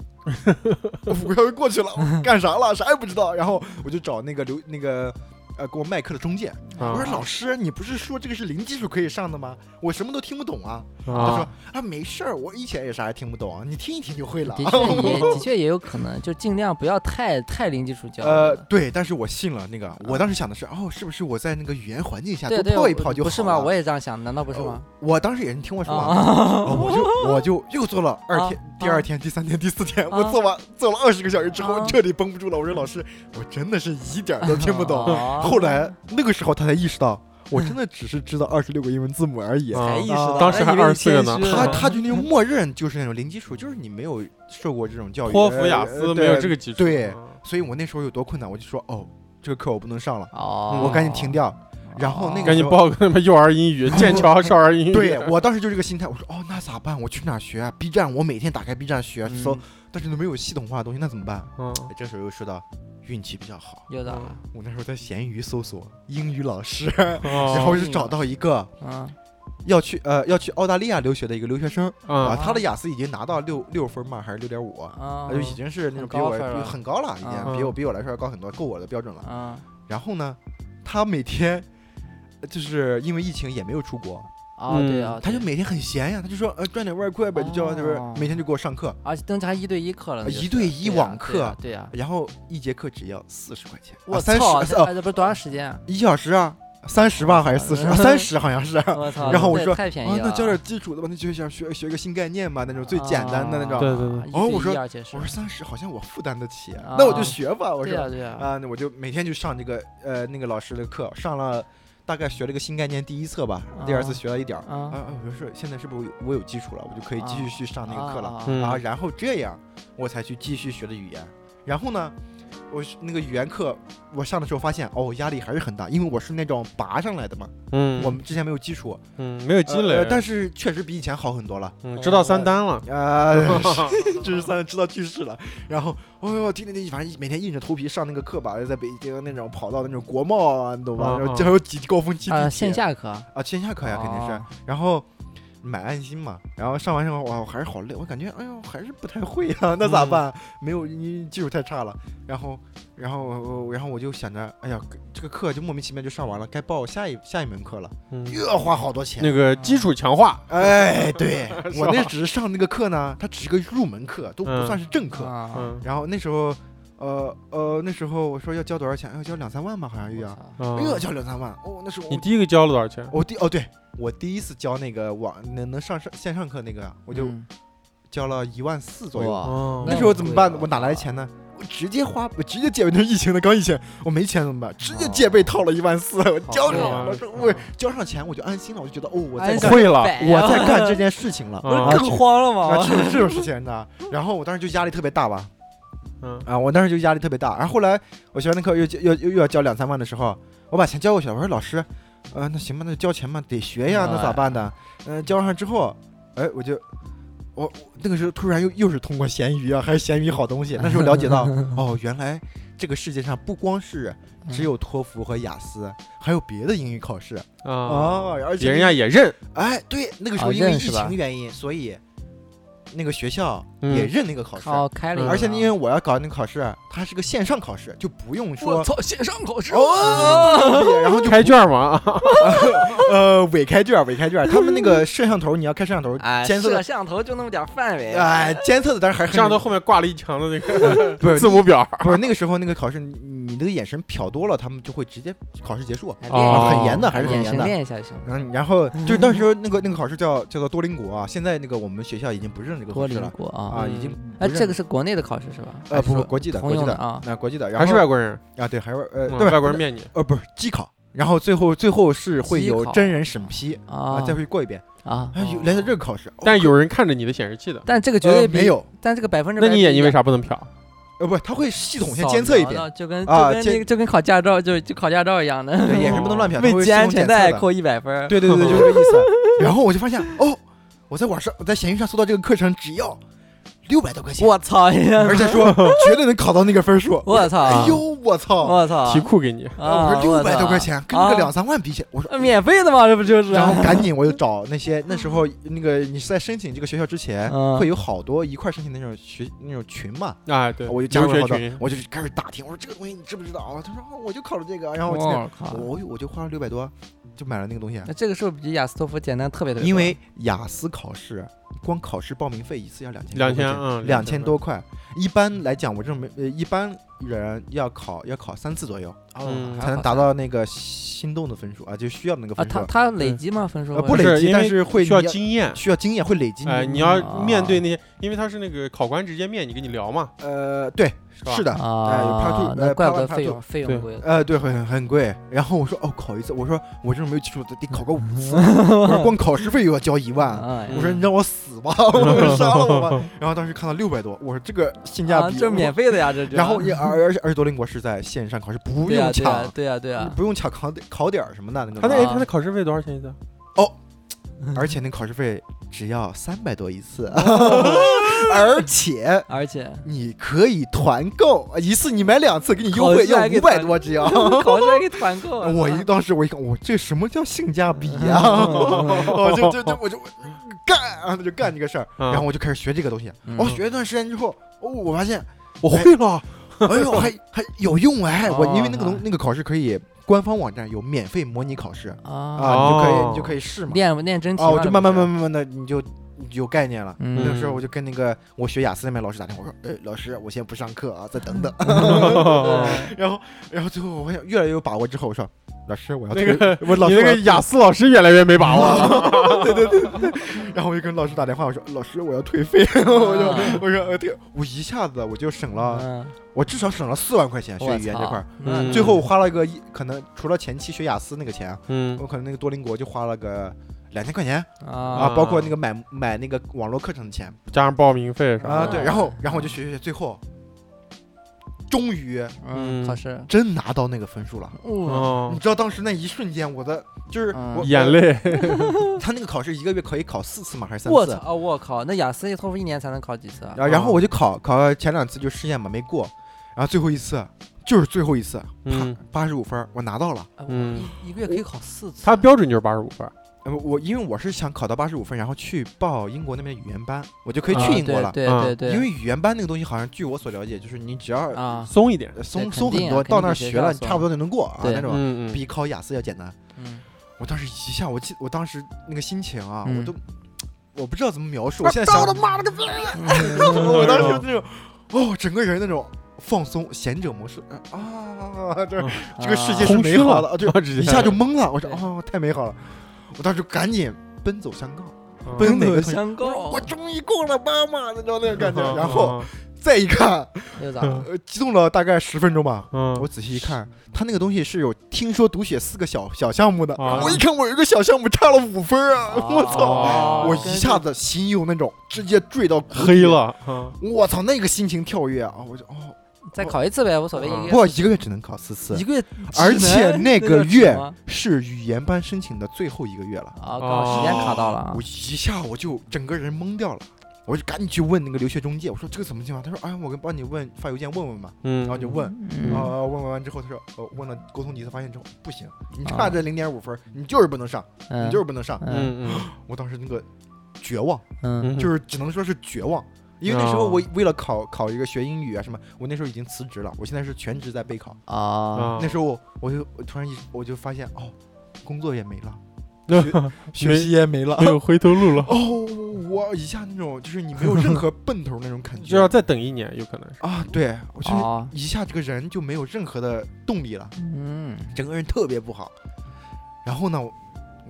五个小时过去了，我干啥了？啥也不知道。然后我就找那个留那个，呃，给我卖课的中介，
啊
嗯
我说老师，你不是说这个是零基础可以上的吗？我什么都听不懂啊。他
啊
哦
说啊，没事儿，我以前也啥也听不懂，啊你听一听就会了
的。 确也的确也有可能，就尽量不要太太零基础教育
呃，
了。
对，但是我信了那个，我当时想的是，哦，是不是我在那个语言环境下
对
多
对，
泡一
我
泡就好
不
了？
是吗？我也这样想，难道不是吗？
我当时也是你听我 说完了，
啊，
哦我就我就又做了二
啊
天，第二天、第三天、第四天，
啊
我做完做了二十个小时之后
啊，
彻底绷不住了。我说老师，我真的是一点儿都听不懂。
哦
后来那个时候他才意识到，我真的只是知道二十六个英文字母而已。
啊
才意识到，
当时还
以为
24
谦
呢
虚
他
了
他就那种默认就是那种零基础，就是你没有受过这种教育，
托福、雅
呃
思没有这，
呃
个基础，
对
啊
对所以我那时候有多困难，我就说哦，这个课我不能上了，
哦，
嗯
我赶紧停。掉。然后那 个
赶紧报个他妈幼儿英 语，剑桥少儿英语，
对我当时就这个心态，我说哦，那咋办？我去哪儿学啊？B 站，我每天打开 B 站学
嗯
搜，但是都没有系统化的东西，那怎么办？
嗯，
哎这时候又说到运气比较好，
又到了，
我那时候在闲鱼搜索英语老师，然
哦
然
后就找到一个
嗯，
要去呃要去澳大利亚留学的一个留学生啊，
啊
他的雅思已经拿到六六分嘛，还是六点五？
啊
那就已经是那种
很
比
高
我
分
比
了
很高了，已经
嗯
比我比我来说要高很多，够我的标准了。
啊
然后呢，他每天呃就是因为疫情也没有出国，
啊，对啊，
嗯他就
对
每天很闲呀，他就说呃赚点外快呗，就叫那边
哦
每天就给我上课，
而且登还一对一课了呢，
呃
就是
一对一
对啊
网
对
课
啊对呀，
然后一节课只要四十块钱，啊
我
三十
操，
呃
这这不是多长时间啊？
一小时啊，三十吧还是四十？三十好像是。啊，
我操，
然后我
这
说哦
太便宜了，啊
那教点基础的吧，那就想学学个新概念吧，那种最简单的那
啊
种。
对对对
一啊
哦我
对
说
一而且是
我说三十好像我负担得起，
啊
那我就学吧，我
对
说
呀对呀，
啊，那我就每天就上这个呃那个老师的课，上了大概学了个新概念第一册吧，第二次
啊
学了一点儿。啊
啊，
啊，我就说现在是不是我有我有基础了，我就可以继续
啊
去上那个课了
啊
嗯
啊？ 然后这样我才去继续学的语言。然后呢，我是那个语言课我上的时候发现哦，压力还是很大，因为我是那种拔上来的嘛，
嗯，
啊我们之前没有基础，
嗯没有积累
呃，但是确实比以前好很多了。
嗯知道三单了，
呃， 就是算知道句式了，然后哦呦，天天天，反正每天硬着头皮上那个课吧，在北京那种跑到那种国贸啊，你懂吧？
啊
然后
啊
还有挤高峰期地铁
啊，线下课啊
啊，线下课呀，肯定是。然后买安心嘛，然后上完之后，哇，我还是好累，我感觉哎呦还是不太会啊， 那咋办？
嗯
没有，你技术太差了。然后，然后我，然后我就想着，哎呀，这个课就莫名其妙就上完了，该报下一下一门课了，
嗯
又要花好多钱。
那个基础强化，
哎，对
是
我
吧
那只是上那个课呢，它只是个入门课，都不
嗯
算是正课。
啊，
嗯
然后那时候，呃呃，那时候我说要交多少钱？要交两三万吧，好像又要，
我
啊
又要交两三万。哦，那时候我
你第一个交了多少钱？
我第哦对，我第一次交那个网能能上上线上课那个，我就
嗯
交了一万四左右。
哇，
哦
那时候怎么办呢？我哪来钱呢？我直接花，我直接借呗。那是疫情的，刚疫情，我没钱怎么办？直接借呗，套了一万四， 我交上
啊
了。我
嗯
说我交上钱，我就安心了，我就觉得哦，我在
安
干
心
会了，
百
我在干这件事情了。
不是
啊
更慌了
啊，
吗？
确实是有事情的。然后我当时就压力特别大吧，
嗯
啊，我当时就压力特别大。然后后来我学完那课又又又又要交两三万的时候，我把钱交过去了。我说老师，呃，那行吧，那就交钱吧，得学呀，那咋办呢？嗯、交上之后，哎，我就。我我那个时候突然又又是通过闲鱼啊，还是闲鱼好东西。那时候了 解到，哦，原来这个世界上不光是
嗯
只有托福和雅思，还有别的英语考试啊、
啊，
而且
别人家也认，
哎，对，那个时候
啊
因为疫
认识吧
情原因，所以那个学校
嗯
也认那个考试，
哦，开了一个啊，
而且因为我要搞那个考试，它是个线上考试，就不用
我
说。
操，线上考试
哦，对然后就
开卷嘛，
呃伪开卷，伪开卷，他们那个摄像头，你要开摄像头
哎，
监测
摄
的，
像头就那么点范围，
啊哎，监测的，但是还是
摄像头
很
后面挂了一墙的那个
不是
字母表，
不是那个时候那个考试，你你那个眼神瞟多了，他们就会直接考试结束，
还
哦
练一下
很严的还是很
眼
严
神
的。
啊练一下就行。
然后，然后就是
嗯
当时那个那个考试叫叫做多邻国啊，现在那个我们学校已经不认这个
多
考试
邻
了
国啊！
啊，已经
哎，
不认
这个是国内的考试是吧？
呃不不
是
国际的
通
国际
用
的
啊，
那国际的，然后
还是外国人，
啊对，还是呃
嗯
对
外国人面你，
呃不是机考，然后最后最后是会有
机考
真人审批啊，
啊
再会过一遍，
啊！
哎有来自这个考试，
但
哦
是有人看着你的显示器的，
但这个绝
呃
对比
没，有，
但这个百分之
那
百
你眼睛为
为
啥不能瞟？
呃不是他会系统先监测一遍，，
就跟就
啊
跟
监
那个就跟考驾照就就考驾照一样的，
对眼神不能 乱瞟，他
为
会
哦
系
系安
统检
全
测
带
的
扣一百分儿。
对对对，就这个意思。啊然后我就发现，哦，我在网上，我在闲鱼上搜到这个课程，只要六百多块钱，
我操呀！
而且说绝对能考到那个分数。
我操！
哎呦，我操！
我操！
题库给你，
啊！
我说六百
操
多块钱，跟那个
啊
两三万比起来，我说。
免费的嘛，这不就是？啊
然后赶紧我就找那些那时候那个你是在申请这个学校之前，
嗯
会有好多一块申请的那种学那种群嘛，
啊，对，
我就加
留
入了
学
好多
群，，
我就开始打听，我说这个东西你知不知道啊？他说啊我就考了这个，然后我今天
我靠！
我我就花了六百多就买了那个东西，
哦
啊
那这个是不是比雅思托福简单特别特别多？
因为雅思考试光考试报名费一次要两千
两千，嗯，
两千多块，一般来讲我这种没呃一般人要考要考三次左右
哦
嗯
才能达到那个心动的分数啊，就需要的那个
啊，
分
他。
数
他累积吗？分数
呃
会
不累
是
积
因
但
为
是会
需要
你要
经验。
需要经验会累积，
哎，你
嗯
要面对那些，因为他是那个考官直接面你跟你聊嘛，
呃对
是吧
是的，哎有 part
啊
two，，
那
呃
怪
part
不
one
得
part
费
two
用费
对
用贵。
呃对很很贵，然后我说哦考一次，我说我这种没有基础的得考个五次， 我说光考试费又要交一万，
啊
嗯
我说你让我死吧， 我说杀了我吧，然后当时看到六百多，我说这个性价
啊，
比，
这是免费的呀，这这。啊
然后也而而且而且多邻国是在线上考试，不
对呀对啊
用抢
呀，对呀对呀，
不用抢考点考点儿什么的那种。
他那
啊
哎他那考试费多少钱一次？
嗯
而且那考试费只要三百多一次，
哦
而且
而 且
你可以团购，一次你买两次，给你优
考
惠
试
要
还给
五百
团
多，只要。
考试还给团购啊。
我一当时我一看，我这什么叫性价比呀、啊？
嗯
哦
我就就就我就干，然后就干这个事儿，
嗯
然后我就开始学这个东西。
嗯
我学一段时间之后，哦，我发现
我会了，
哎呦，还还有用哎！我
哦
因为那个东
啊
那个考试可以，官方网站有免费模拟考试
啊，
啊，你就可以
哦
你就可以试嘛。
练练真题
啊，
嘛。
我就慢慢慢
慢，
慢慢的你就你就有概念了。
嗯
那个时候我就跟那个我学雅思那边老师打电话，我说：“哎，老师，我先不上课啊，再等
嗯
等。嗯
对
然后，然后最后我发现越来越有把握之后，我说：“老师，我要
那个
我老
你
师
那
我要
个雅思老师越来越没把握了。
然后我就跟老师打电话，我说：“老师，我要退费。” 我就
啊
我说：“呃，退。”我一下子我就省了，
嗯，
我至少省了四万块钱学
我
语言这
操
块儿。
嗯
最后我花了个一，可能除了前期学雅思那个钱，
嗯
我可能那个多邻国就花了个两千块钱
啊
啊，包括那个买买那个网络课程的钱
加上报名费啥的
啊，对，然后然后我就学学学，最后终于
嗯，考试，
真拿到那个分数了。
哇，
哦
你，知道当时那一瞬间，我的就是
嗯
我
眼，泪，
我他那个考试一个月可以考四次嘛，还是三
我
次
操！？啊，我靠，那雅思托福一年才能考几次啊？
然后然后我就考考了前两次就试验嘛，没过，然后最后一次就是最后一次，
嗯
八十五分儿我拿到了。
哎我
嗯，
一一个月可以考四次。
他标准就是八十五分。
呃我因为我是想考到八十五分，然后去报英国那边的语言班，我就可
可
以去英国了。
啊对
嗯
对对对，
因为语言班那个东西，好像据我所了解，就是你只要
啊，
松一点，
松
对肯
松很
定啊
多，
肯定
到那儿
比学
学
校
了，
松
差不多就能过啊
对
那种，
嗯嗯，
比考雅思要简单。
嗯，
我当时一下，我记，我当时那个心情啊，我
嗯
都我不知道怎么描述。我现在
操
想
他，妈了个逼！
我当时那种，哦，整个人那种放松，贤者模式呃 啊，这这个世界是
空
美
虚
好的
了
啊，，就
直接
一下就懵了。我说
对
哦，太美好了！我当时就赶紧奔走相告，
嗯
奔哪个同学啊
相告
我终于过了妈妈那种那种感觉。
嗯
然后再一看，
又咋了？
呃，激动了大概十分钟吧。
嗯，
我仔细一看，他那个东西是有听说读写四个小小项目的。
啊
我一看，我有一个小项目差了五分啊！ 我操！
哦
我一下
子
子心有那种直接坠到谷底
黑。了，嗯
我操，那个心情跳跃啊！我就哦，
再考一次呗，无所谓。
嗯
一
不
个
过
月
一个月只能考四次
一，个月，
而且那个月
啊，
是语言班申请的最后一个月了。
刚好啊时间卡到了啊
哦我一下我就整个人懵掉了，我就赶紧去问那个留学中介，我说这个怎么进啊？他说，哎，我给帮你问发邮件问问吧。
嗯，
然后就问，
嗯
啊、问完完之后，他说，呃，问了沟通几次，发现之后不行，你差这零点五分儿，你就是不能上，哦你
哦嗯
就是不能上。
嗯
嗯
我当时那个绝望，
嗯
嗯，
就是是只能说是绝望，因为那时候
哦
我为了考考一个学英语啊什么，我那时候已经辞职了，我现在是全职在备考。
啊
哦 那时候我我就我突然一我就发现哦，工作也没了，学习也没了
没。有回头路 了，
哦，我一下那种就是你没有任何奔头那种 感
就要
觉
再等一年，有可能是。
啊！对，我就是
哦，
一下这个人就没有任何的动力了，
嗯，
整个人特别不好。然后呢，我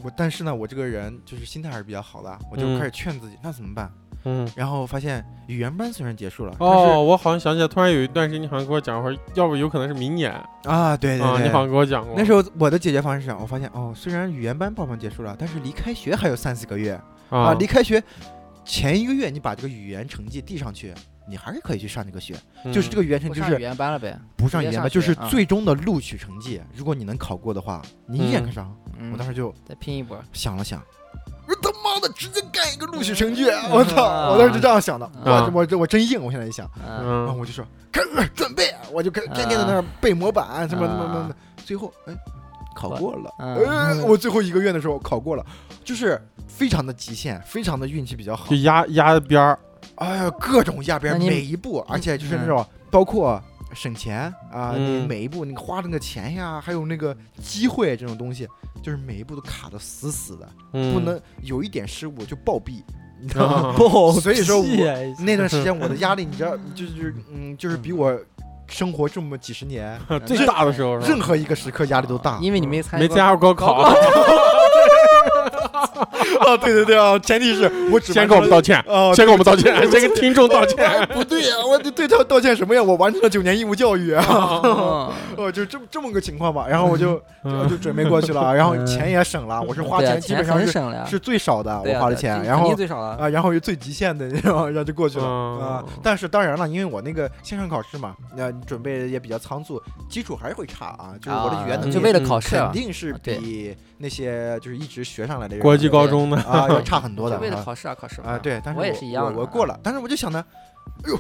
我但是呢，我这个人就是心态还是比较好的，我就
嗯
开始劝自己，那怎么办？
嗯，
然后发现语言班虽然结束了，
哦，我好像想起来，突然有一段时间你好像跟我讲过，要不有可能是明年
但是啊，对对
啊，
对，
你好像跟我讲过。
那时候我的解决方式啊，我发现哦，虽然语言班报上结束了，但是离开学还有三四个月
候
啊
啊，
离开学前一个月，你把这个语言成绩递上去，你还是可以去上这个学，就是
个
这个语言成
不
绩就
上语
是
言班了呗。
不上
直
语
接
言
上
班，就
学
是
啊
最终的录取成绩，如果你能考过的话，你一眼看上。
嗯
我当时就
再拼一波，
想了想。我他妈的直接干一个录取成绩！我操！我当时就这样想的，
啊
我我这我真硬！我现在一想，
嗯，
然后
嗯，
我就说开始准备，我就开天天在那儿背模板什么什么什么的，最后哎考过了，
嗯
哎我最后一个月的时候考过了，就是非常的极限，非常的运气比较好
就，压压边儿，
哎呀各种压边
那你
每一步，而且就是
嗯
那种包括省钱啊，
嗯
你每一步那个花那个钱呀，还有那个机会这种东西，就是每一步都卡的死死的，
嗯，
不能有一点失误就暴毙，你知道吗？
啊。
不
所以说我
屁啊
那段时间我的压力，你知道，就是嗯，就是比我生活这么几十 年，
最大的时候是吧
任何一个时刻压力都大。
嗯因为你没参
没
过
参加过高考，
啊，对对对啊，前 提是我只
先给我们道歉，
啊，
先给我们道歉，先跟听众道 歉。
哦哎不对呀、我得对他道歉什么呀？我完成了九年义务教育啊，
嗯
哦，就这么这么个情况吧。然后 我就
嗯
就就准备过去了，然后钱也省了，我是 花
对啊
钱基本上
很
是
省了呀，
是最少的，
对
我
啊
花的
对啊
钱，
这
然
肯定
后
最少了，
啊，然后又最极限的，然后然后就过去了啊
哦。
但是当然了，因为我那个线上考试嘛，那你准备也比较仓促，基础还是会差啊，就是我的语言
啊
能力嗯
就为了考试
肯
啊，
定是
对
比那些就是一直学上来的人
国际高中的，
啊要差很多的
就为了
啊
考试啊，考试
啊，对，但是
我也是一样的啊
我我过 了，但是我就想呢，哎呦，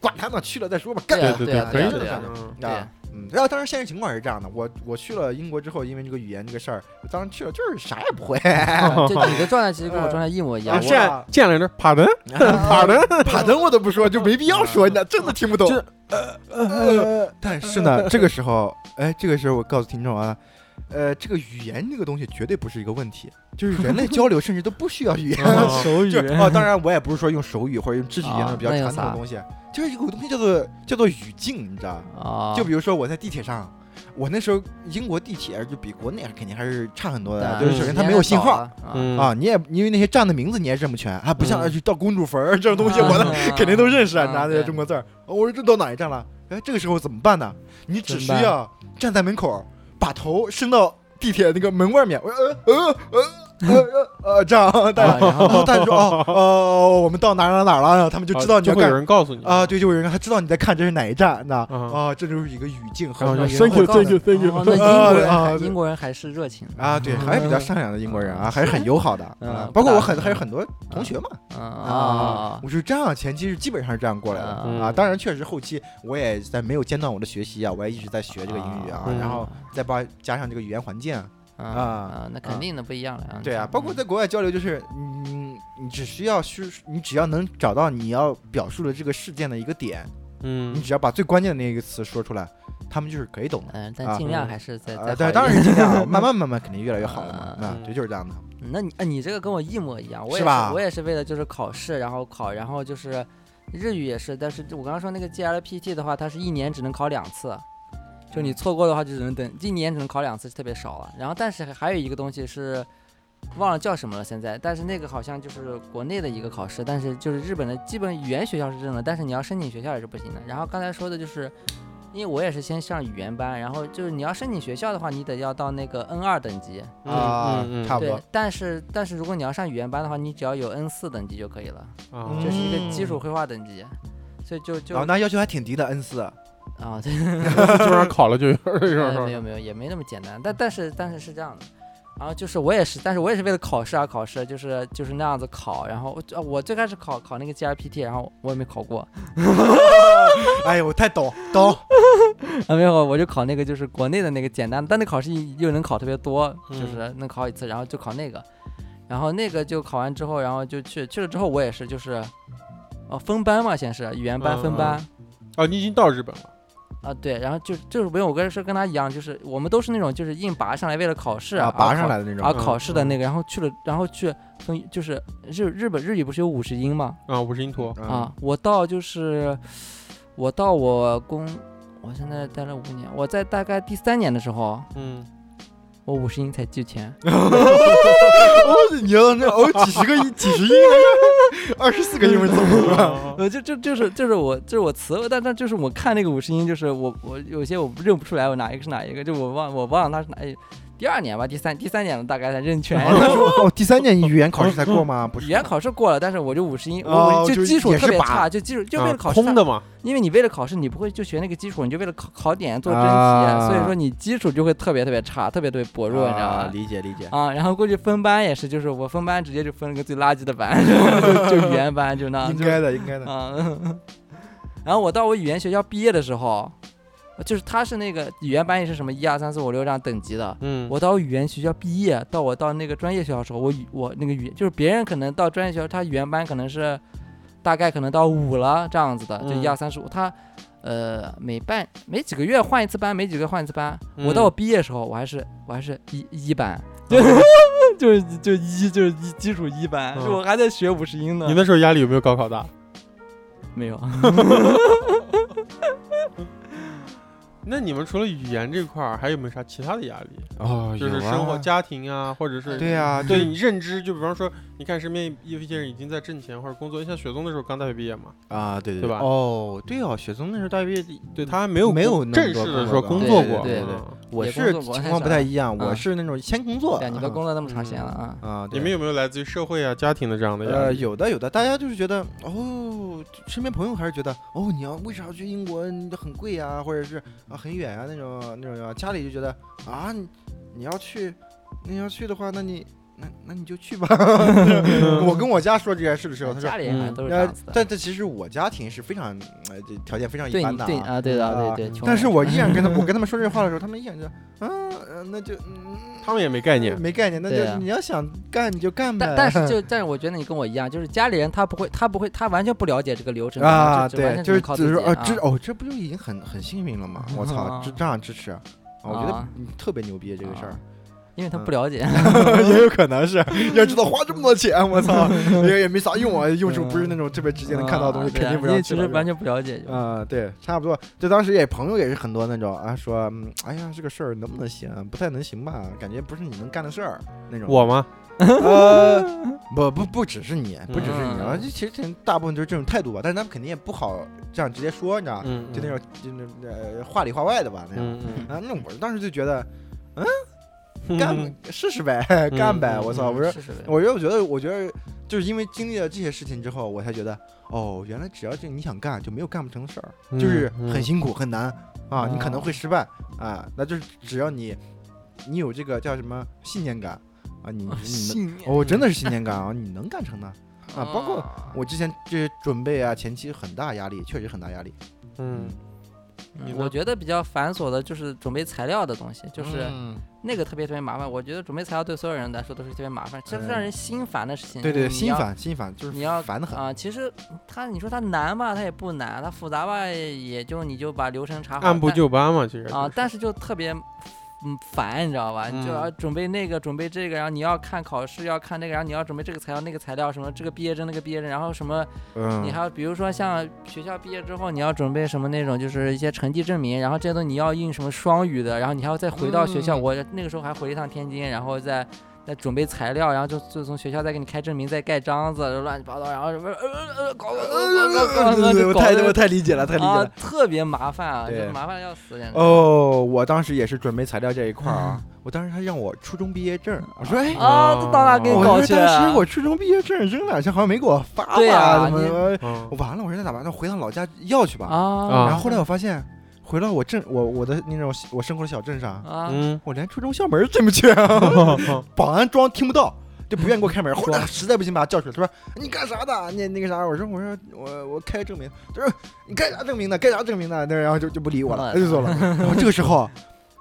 管他呢，去了再说吧，干
对
对啊
对
对啊
可以
对啊
的
对啊。
嗯
对
啊，嗯，然后当时现实情况是这样的，我我去了英国之后，因为这个语言这个事儿，我当时去了就是啥也 不会，
啊就你的状态其实跟我状态一模一样
啊，
啊
我
是
见见了人，帕登，
啊
帕登，
板凳我都不说，就没必要说，那真的听不懂
就。
啊呃，但是呢，这个时候，哎，这个时候我告诉听众啊，呃，这个语言这个东西绝对不是一个问题，就是人类交流甚至都不需要语言。
嗯
手
就是哦，当然我也不是说用手语或者用肢体语言
啊
比较
那有
传统的
啥
东西，就是有个东西叫做叫做语境，你知道吧？
啊，
哦就比如说我在地铁上，我那时候英国地铁就比国内肯定还是差很多
对啊
的，就是首先它没有信号，
嗯
啊，你也因为那些站的名字你也认不全，还不像
嗯
去到公主坟儿这种东西，我呢
啊
肯定都认识啊，拿那些
对
中国字儿。哦我说这到哪一站了？哎，这个时候怎么办呢？你只需
怎么办
要站在门口，把头伸到地铁那个门外面，我说呃呃呃。呃呃呃，这样，大家，
啊然后
然后大家说哦，呃，我们到哪儿哪儿哪儿了，然后他们就知道你
就
要
会有
干
人告诉你
啊，，对，就有人还知道你在看这是哪一站呢，
啊
啊，这就是一个语境和
然后就
语言
thank you
会告诉
thank you
你
thank
哦
you，
那英国人
啊
还
啊
英国人还是热情
啊，对，还是比较善良的英国人啊，还是很友好的
嗯
啊
不，
包括我
大
很还有很多同学嘛，
啊
嗯
啊
啊，
我是这样，前期是基本上是这样过来的
啊
啊。当然，确实后期我也在没有间断我的学习啊，我也一直在学这个英语啊
嗯，
然后再把加上这个语言环境啊，
啊
啊
啊，那肯定的不一样了啊，
对啊，包括在国外交流，就是你你只需要是，你只要能找到你要表述的这个事件的一个点，
嗯
你，只要把最关键的那个词说出来，他们就是可以懂的。
嗯，
啊
但尽量还是在
啊，
在
对，当然是这样 啊，慢慢慢慢肯定越来越好了
啊
嘛。啊，对，就是这样的。
那你哎，你这个跟我一模一样，我也
是吧
我也是为了就是考试，然后考，然后就是日语也是，但是我刚刚说那个 GLPT 的话，它是一年只能考两次，就
嗯
你错过的话就只能等一年只能考两次，特别少了。然后但是还有一个东西是忘了叫什么了，现在，但是那个好像就是国内的一个考试，但是就是日本的基本语言学校是认了，但是你要申请学校也是不行的。然后刚才说的就是。因为我也是先上语言班，然后就是你要申请学校的话，你得要到那个 N 二等级，
啊
嗯嗯嗯
差不多
对，但是但是如果你要上语言班的话，你只要有 N 四等级就可以了，
啊
嗯
这是一个基础绘画等级，所以就就
哦，
啊、
那要求还挺低的，N 四。
对，
基本上考了就有有有
呃没有没有也没那么简单，但但是但是是这样的，然后就是我也是，但是我也是为了考试而啊考试，就是就是那样子考，然后我啊我最开始考考那个 GRPT，然后我也没考过，
哎呦，我太懂懂。
啊，没有，我就考那个就是国内的那个简单，但那考试又能考特别多，就
嗯
是能考一次，然后就考那个，然后那个就考完之后，然后就去去了之后，我也是就是，哦，分班嘛，先是语言班分
嗯嗯
班，
啊，你已经到日本了
啊，对，然后就就是没有我跟是跟他一样，就是我们都是那种就是硬拔上来为了考试
啊，
啊，
拔上
来。
来的那
啊，
嗯
种。
考试的那个，然后去了，然后去从就是日日本日语不是有五十音吗？
啊，五十音图，
嗯
啊，，我到就是我到我工，我现在待了五年，我在大概第三年的时候，
嗯，
我五十音才记全，
哦， 你要那哦几十个音，几十音来着，二十四个英文字 母是吧？
嗯
呃，就就就是就是我就是我词，但但就是我看那个五十音，就是我我有些我认不出来我哪一个是哪一个，就我忘我忘了它是哪一。第二年吧，第三第三年了，大概才认全。
哦，第三年语言考试才 过吗？不
哎
是，
语言考试过了，但是我就五十音，
哦
我
就
就基础
也是
特别
拔
差，就基础就为
啊
了考试它
空的嘛，
因为你为了考试，你不会就学那个基础，你就为了考考点做真题，
啊
所以说你基础就会特别特别差，特别特别薄弱，你知道
啊
吧？
理解理解。
啊，然后过去分班也是，就是我分班直接就分了个最垃圾的班， 就就语言班就那，
应
就
该的，应该的。
啊。 嗯然后我到我语言学校毕业的时候，就是他是那个语言班也是什么一二三四五六这样等级的。
嗯，
我到语言学校毕业，到我到那个专业学校的时候，我语我那个语就是别人可能到专业学校，他语言班可能是大概可能到五了这样子的，就
嗯
一二三四五，他呃每半每几个月换一次班，每几个月换一次班。我到
嗯
我毕业的时候，我还是我还是一一 班， 就就是就一就是一基础一班，
嗯
就我还在学五十音呢。
你那时候压力有没有高考大？
没有？
那你们除了语言这块儿，还有没有啥其他的压力？
哦
就是生活、家庭啊，或者是
嗯
对呀，
对你认知，就比方说，你看身边一批人已经在挣钱或者工作，像雪松那时候刚大学毕业嘛，
啊，对
对吧
哦，对哦，雪松那时候大学毕业，
对他还没有
嗯没有
工
那
正
么多
式的
工
时候
作吧
工
对
作
对
过，
对
嗯
我
也工
是
作过
情
太
况不
少
太
了
一样，我
嗯
是那种先工作嗯
对，啊你都工作那么长时间了啊。
啊，
你
对
们有没有来自于社会啊、家庭的这样的压
呃，
力？
有的有的，大家就是觉得哦，身边朋友还是觉得哦，你要为啥要去英国？你很贵啊，或者是啊很远啊那种那种啊，家里就觉得啊，你你要去，你要去的话，那你那那你就去吧。 我跟我家说这件事的时候，他说
家里人好像
嗯
都是这
呃
样子，的。
但这其实我家庭是非常呃这条件非常一
对
般
你
的
对
啊。
啊，对的，
啊
对对。穷
但
人
是我依 然跟他，我跟他们说这话的时候，他们依然就，嗯、呃那就嗯，
他们也没概念，
没概念，那
对啊
就你要想干你就干呗。
但但 是就但是我觉得你跟我一样，就是家里人他不会，他不会，他完全不了解这个流程
啊，
就就完
对，
全
就是
能靠
只
自
是
己
啊，这哦，这不就已经很很幸运了吗？我操，这这样支持，啊我觉得
啊
你特别牛逼这个事
因为
嗯
他不了解，
儿， 也有可能是要知道花这么多钱，我操，也也没啥用啊，用处不是那种特别直接能看到的东西，
嗯啊对
肯定
啊
不
因
要
为
去
其实
了。
完全不了解就，
啊、对，差不多。就当时也朋友也是很多那种啊，说，嗯哎呀，这个事儿能不能行？不太能行吧，感觉不是你能干的事儿那种。
我吗？
呃，不不不只是你，不只是你，
嗯
啊，这其实大部分就是这种态度吧，但是他们肯定也不好这样直接说，你知道吗？
嗯，
就那
嗯
种就那呃话里话外的吧那种。
嗯嗯
啊，那我当时就觉得
嗯，
干
嗯
试试呗，干呗，我操！
嗯
我说，
是是是
我觉得，我觉得，我觉得，就是因为经历了这些事情之后，我才觉得，哦，原来只要就你想干，就没有干不成的事儿，
嗯
就是
嗯
很辛苦很难啊，你可能
哦
会失败啊，那就是只要你你有这个叫什么信念感啊，
嗯
你你能
信念
哦，真的是信念感啊，你能干成的啊！包括
啊
我之前这准备啊，前期很大压力，确实很大压力。
嗯，
嗯
你呢
我觉得比较繁琐的就是准备材料的东西，就是
嗯
那个特别特别麻烦。我觉得准备材料对所有人来说都是特别麻烦，其实让人心烦的事情。
嗯对
就是嗯
对，
你
心
要
烦心烦，就是
你要
烦的很。
啊、其实它你说它难吧，它也不难；它复杂吧，也就你就把流程查好。
按部
啊但
就班嘛，其实
啊、
就是
但是就特别嗯烦，你知道吧？你就
嗯
要准备那个，准备这个，然后你要看考试，要看那个，然后你要准备这个材料，那个材料，什么这个毕业证，那个毕业证，然后什么，
嗯
你 还要比如说像学校毕业之后，你要准备什么那种，就是一些成绩证明，然后这些东西你要印什么双语的，然后你还要再回到学校。
嗯
我那个时候还回了一趟天津，然后再。再准备材料，然后就就从学校再给你开证明，再盖章子，乱七八糟，然后什么呃呃呃搞搞搞搞搞搞，就搞得
太理解了，太
啊，。特别麻烦啊，就
对
是麻烦的要死，简直。
哦，我当时也是准备材料这一块儿啊，我当时还让我初中毕业证，我说哎，
嗯啊，这到哪给你
我
搞
说
去？
当时我初中毕业证扔哪去？好像没给我发吧？
对啊
怎么
你
怎么
嗯
我完了，我说那咋办？那回趟老家要去吧。
啊
啊
然后后来我发现，回到我镇，我我的那种我生活的小镇上，
啊，
嗯，
我连初中校门儿进不去啊。保安装听不到，就不愿意给我开
嗯
门。后来实在不行把他叫出来，他说你干啥的？那那个啥，我说我说我我开证明。他说嗯你干啥证明的？干啥证明的？那然后就就不理我
嗯
了，他就走 了。然后这个时候，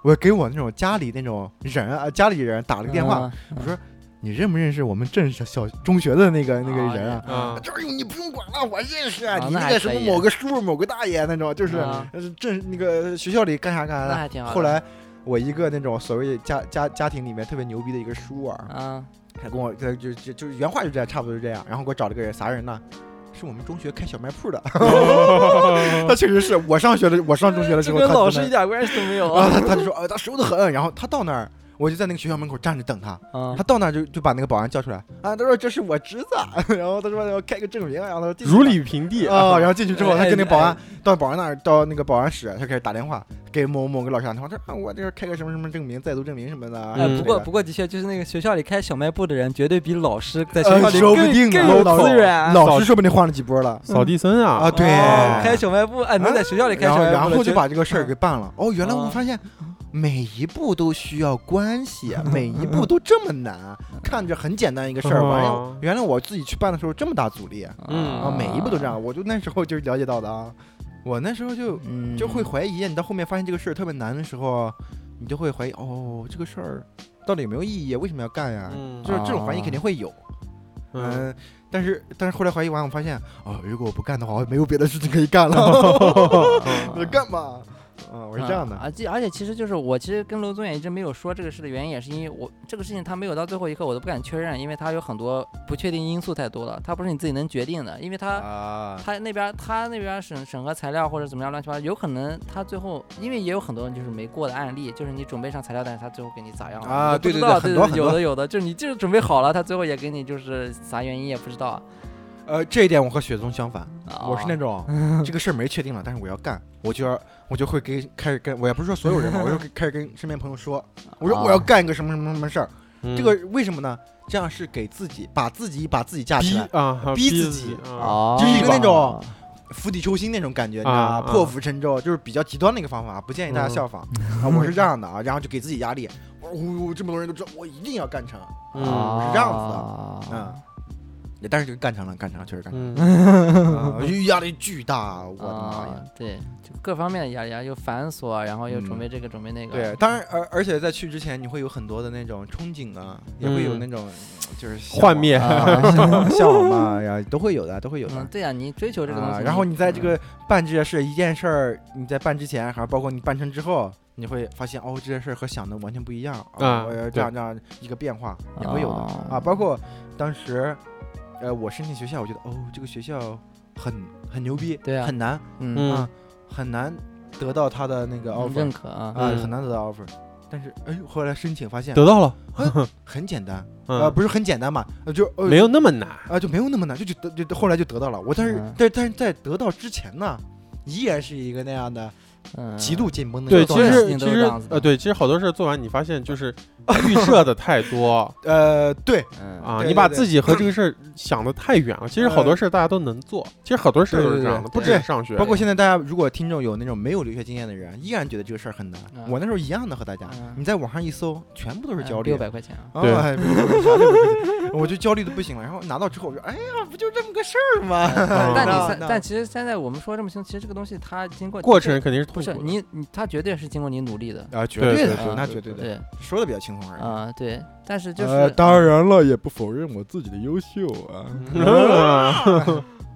我给我那种家里那种人啊，家里人打了个电话，
嗯，
我说你认不认识我们镇小小中学的那个那个人
嗯
啊？
啊
这哎呦，你不用管了，我认识
啊
你
那
那
还
个什
可
么
以
某个叔某个大爷那种，就是
啊
呃镇那个学校里干啥干
那
啥
还挺
的。
好的。
后来我一个那种所谓家家家庭里面特别牛逼的一个叔啊，
啊，
他跟我就就就就是原话就这样，差不多就这样。然后给我找了个人，啥人呢？是我们中学开小卖铺的。 他确实是我上学的，我上中学的时候，
这
他
跟老
真
师
的
一点关系都没有
然
啊。
后他他就说，呃，他熟的很。然后他到那儿，我就在那个学校门口站着等他。
啊
他到那儿就就把那个保安叫出来啊，他说这是我侄子， 然后他说要开个证明，啊然后他说 进去吧
如履平地
啊、然后进去之后，他
哎
跟那
哎
保安到保安那儿，到那个保安室，他开始打电话给某某个老师打电话，他说啊，我这是开个什么什么证明，在读证明什么的。
哎，
嗯
不过不过的确，就是那个学校里开小卖部的人，绝对比老师在学校
呃，
里
说
更
不定
更
啊
有
老
资源。
老师说不定换了几波了
扫地僧啊
啊，对，
哦开小卖部，哎，能在学校里开
然
小
后
卖部了，
然后就
绝
把这个事
嗯
儿给办了。哦，原来我
啊
们发现每一步都需要关系，啊 每一步都这么难，啊看着很简单一个事儿，完
哦
了原来我自己去办的时候这么大阻力。
嗯
啊，每一步都这。样，我就那时候就是了解到的啊。我那时候就
嗯，
就 会怀疑，你到后面发现这个事儿特别难的时候，啊你就会怀疑，哦，这个事儿到底有没有意义？啊为什么要干呀？
嗯
就是这种怀疑
啊
肯定会有，
嗯，
嗯，但是但是后来怀疑完，我发现，哦，如果我不干的话，我没有别的事情可以干了，
啊
我就干吧。嗯，我是这样的。
啊，而且而且其实就是我其实跟娄宗远一直没有说这个事的原因，也是因为我这个事情他没有到最后一刻，我都不敢确认，因为他有很多不确定因素太多了，他不是你自己能决定的，因为他、
啊，
他那边他那边审审核材料或者怎么样乱七八糟，有可能他最后因为也有很多人就是没过的案例，就是你准备上材料，但是他最后给你咋样了
啊
你都不
对
知
对对
道
很多很
有
多
的有的就是你就是准备好了，他最后也给你就是啥原因也不知道。
呃，这一点我和雪松相反，
啊
我是 那种这个事儿没确定了，但是我要干，我就要我就会跟开始跟我也不是说所有 人吧，我就会开始跟身边朋友说，我说我要干一个什么什么什么事儿，
啊嗯
这个为什么呢？这样是给自己把自己把自己架
逼
起来，
啊，
逼
自
自己
啊，
哦，
就是一个那种釜底抽薪那种感觉，你知道
啊
吗？
啊
破釜沉舟就是比较极端的一个方法，不建议大家效仿。啊，
嗯
我是这样 的啊，然后就给自己压力，我我我这么多人都知道，我一定要干成，
哦
嗯
是这样
子
嗯。但是就干成了，干成了，确实干成
嗯，
了， 啊压力巨大，我的妈呀！
啊，对，就各方面的压力啊，又繁琐，然后又准备这个，准备那个。
对，，当然，而而且在去之前，你会有很多的那种憧憬啊，也会有那种就是向往
幻灭
啊向往向往嘛，呀，都会有的，都会有的
嗯，。对啊，你追求这个东
啊
西，，嗯
然后你在这个办这件事，一件事儿，你在办之前，还包括你办成之后，你会发现哦，这件事儿和想的完全不一样哦
啊
我要这
对
样这样一个变化也会有的
哦
啊。包括当时，呃，我申请学校，我觉得哦，这个学校很很牛逼，
对啊
很难
嗯，
嗯
啊，很难得到他的那个
嗯嗯
offer
认可啊，
啊，
嗯
很难得到 offer。但是哎呦，后来申请发现
得到了，
很简单，呃，
嗯，
不是很简单嘛，呃就呃
没有那么难，
啊，就没有那么难，就就得就后来就得到了。我但是、
嗯
但但是在得到之前呢，依然是一个那样的
嗯
极度紧绷的
对，
状
其
态。
事
实
情
其
都是
实
这样子的
呃，对，其实好多事儿做完，你发现就是预设的太 多
呃，对，
嗯
啊，
对
你把
对
自己和这个事儿想的太远了。其实好多
呃
事儿大家都能做，其实好多事儿都是这样的，
对对对
不只是上学，
包括现在大家如果听众有那种没有留学经验的人，依然觉得这个事儿很难。
嗯
我那时候一样的和大家，
嗯
你在网上一搜，全部都是焦虑。
六百块钱啊，
啊
对
哎不是不是啥六百块钱我就焦虑的不行了。然后拿到之后，我说：“哎呀，不就这么个事儿吗？”
嗯
但
那
你三
那
但其实现在我们说这么清，其实这个东西它经过
过程肯定是痛
不是
苦 的。
你你它绝对是经过你努力的，
啊，绝
对
的
对对，
那
对
绝对的，
对
说的比较轻松而已。
啊对，但是就是
呃当然了，也不否认我自己的优秀啊。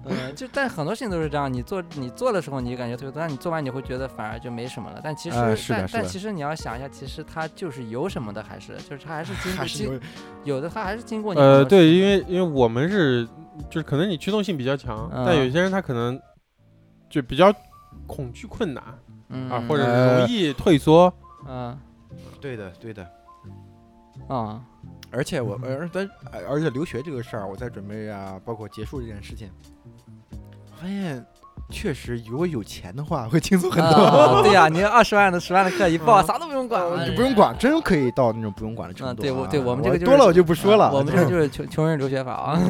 嗯，就但很多事情都是这样，你做你做的时候你就感觉特别多，但你做完你会觉得反而就没什么了。但其实，
哎是的
但
是
但
的
其实你要想一下，其实它就是有什么的，还是就是它还是经过
还是有
经有的，它还是经过你
呃，
很多
对，因为因为我们是就是可能你驱动性比较强，但
嗯
有些人他可能就比较恐惧困难
嗯
啊，或者
呃
是容易退缩。
嗯
对的，对的。嗯
啊
而且我，而但哎而而且留学这个事儿，我在准备啊，包括结束这件事情，发现确实如果有钱的话，会轻松 很
啊
多。呃
对呀，你二十万的十万的课一报，
嗯
啥都不用管了，啊
你不用管，真可以到那种不用管的程
嗯
度啊。
对我对我们这个就是啊
多了我就不说了。啊
我 们这就是穷穷人留学法啊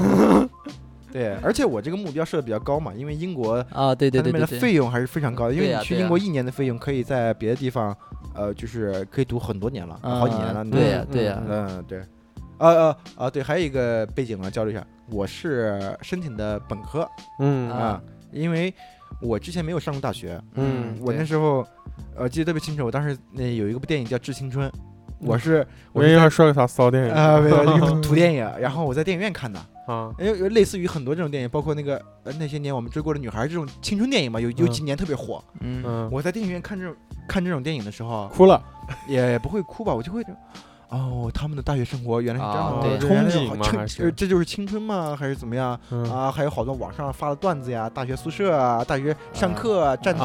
对，而且我这个目标设的比较高嘛，因为英国
啊，对对
它那
对
边的
对对，
费用还是非常高的，因
对
为
呀
你去
对呀
英国一年的费用可以在别的地方，呃，就是可以读很多年了，
嗯
好几年了。
对呀
嗯
对呀，
嗯，对。啊啊啊！对，还有一个背景啊，交流一下，我是申请的本科
嗯
啊
啊，因为我之前没有上过大学，
嗯
我那
对
时候，呃，记得特别清楚，我当时那有一个部电影叫《致青春》，我是我
我
是
一
在
会儿说个啥骚电影
啊，没有一 个土电影，然后我在电影院看的，
啊？
因为类似于很多这种电影，包括那个呃那些年我们追过的女孩这种青春电影嘛，有有
嗯
几年特别火。
嗯，
嗯，
我在电影院看这种看这种电影的时候，
哭了。
也不会哭吧，我就会觉得。哦，他们的大学生活原来是这样
啊
的，
对
原来
憧憬
好
吗
青
还是
呃这就是青春吗？还是怎么样
嗯
啊？还有好多网上发的段子呀，大学宿舍啊，大学上课啊，占座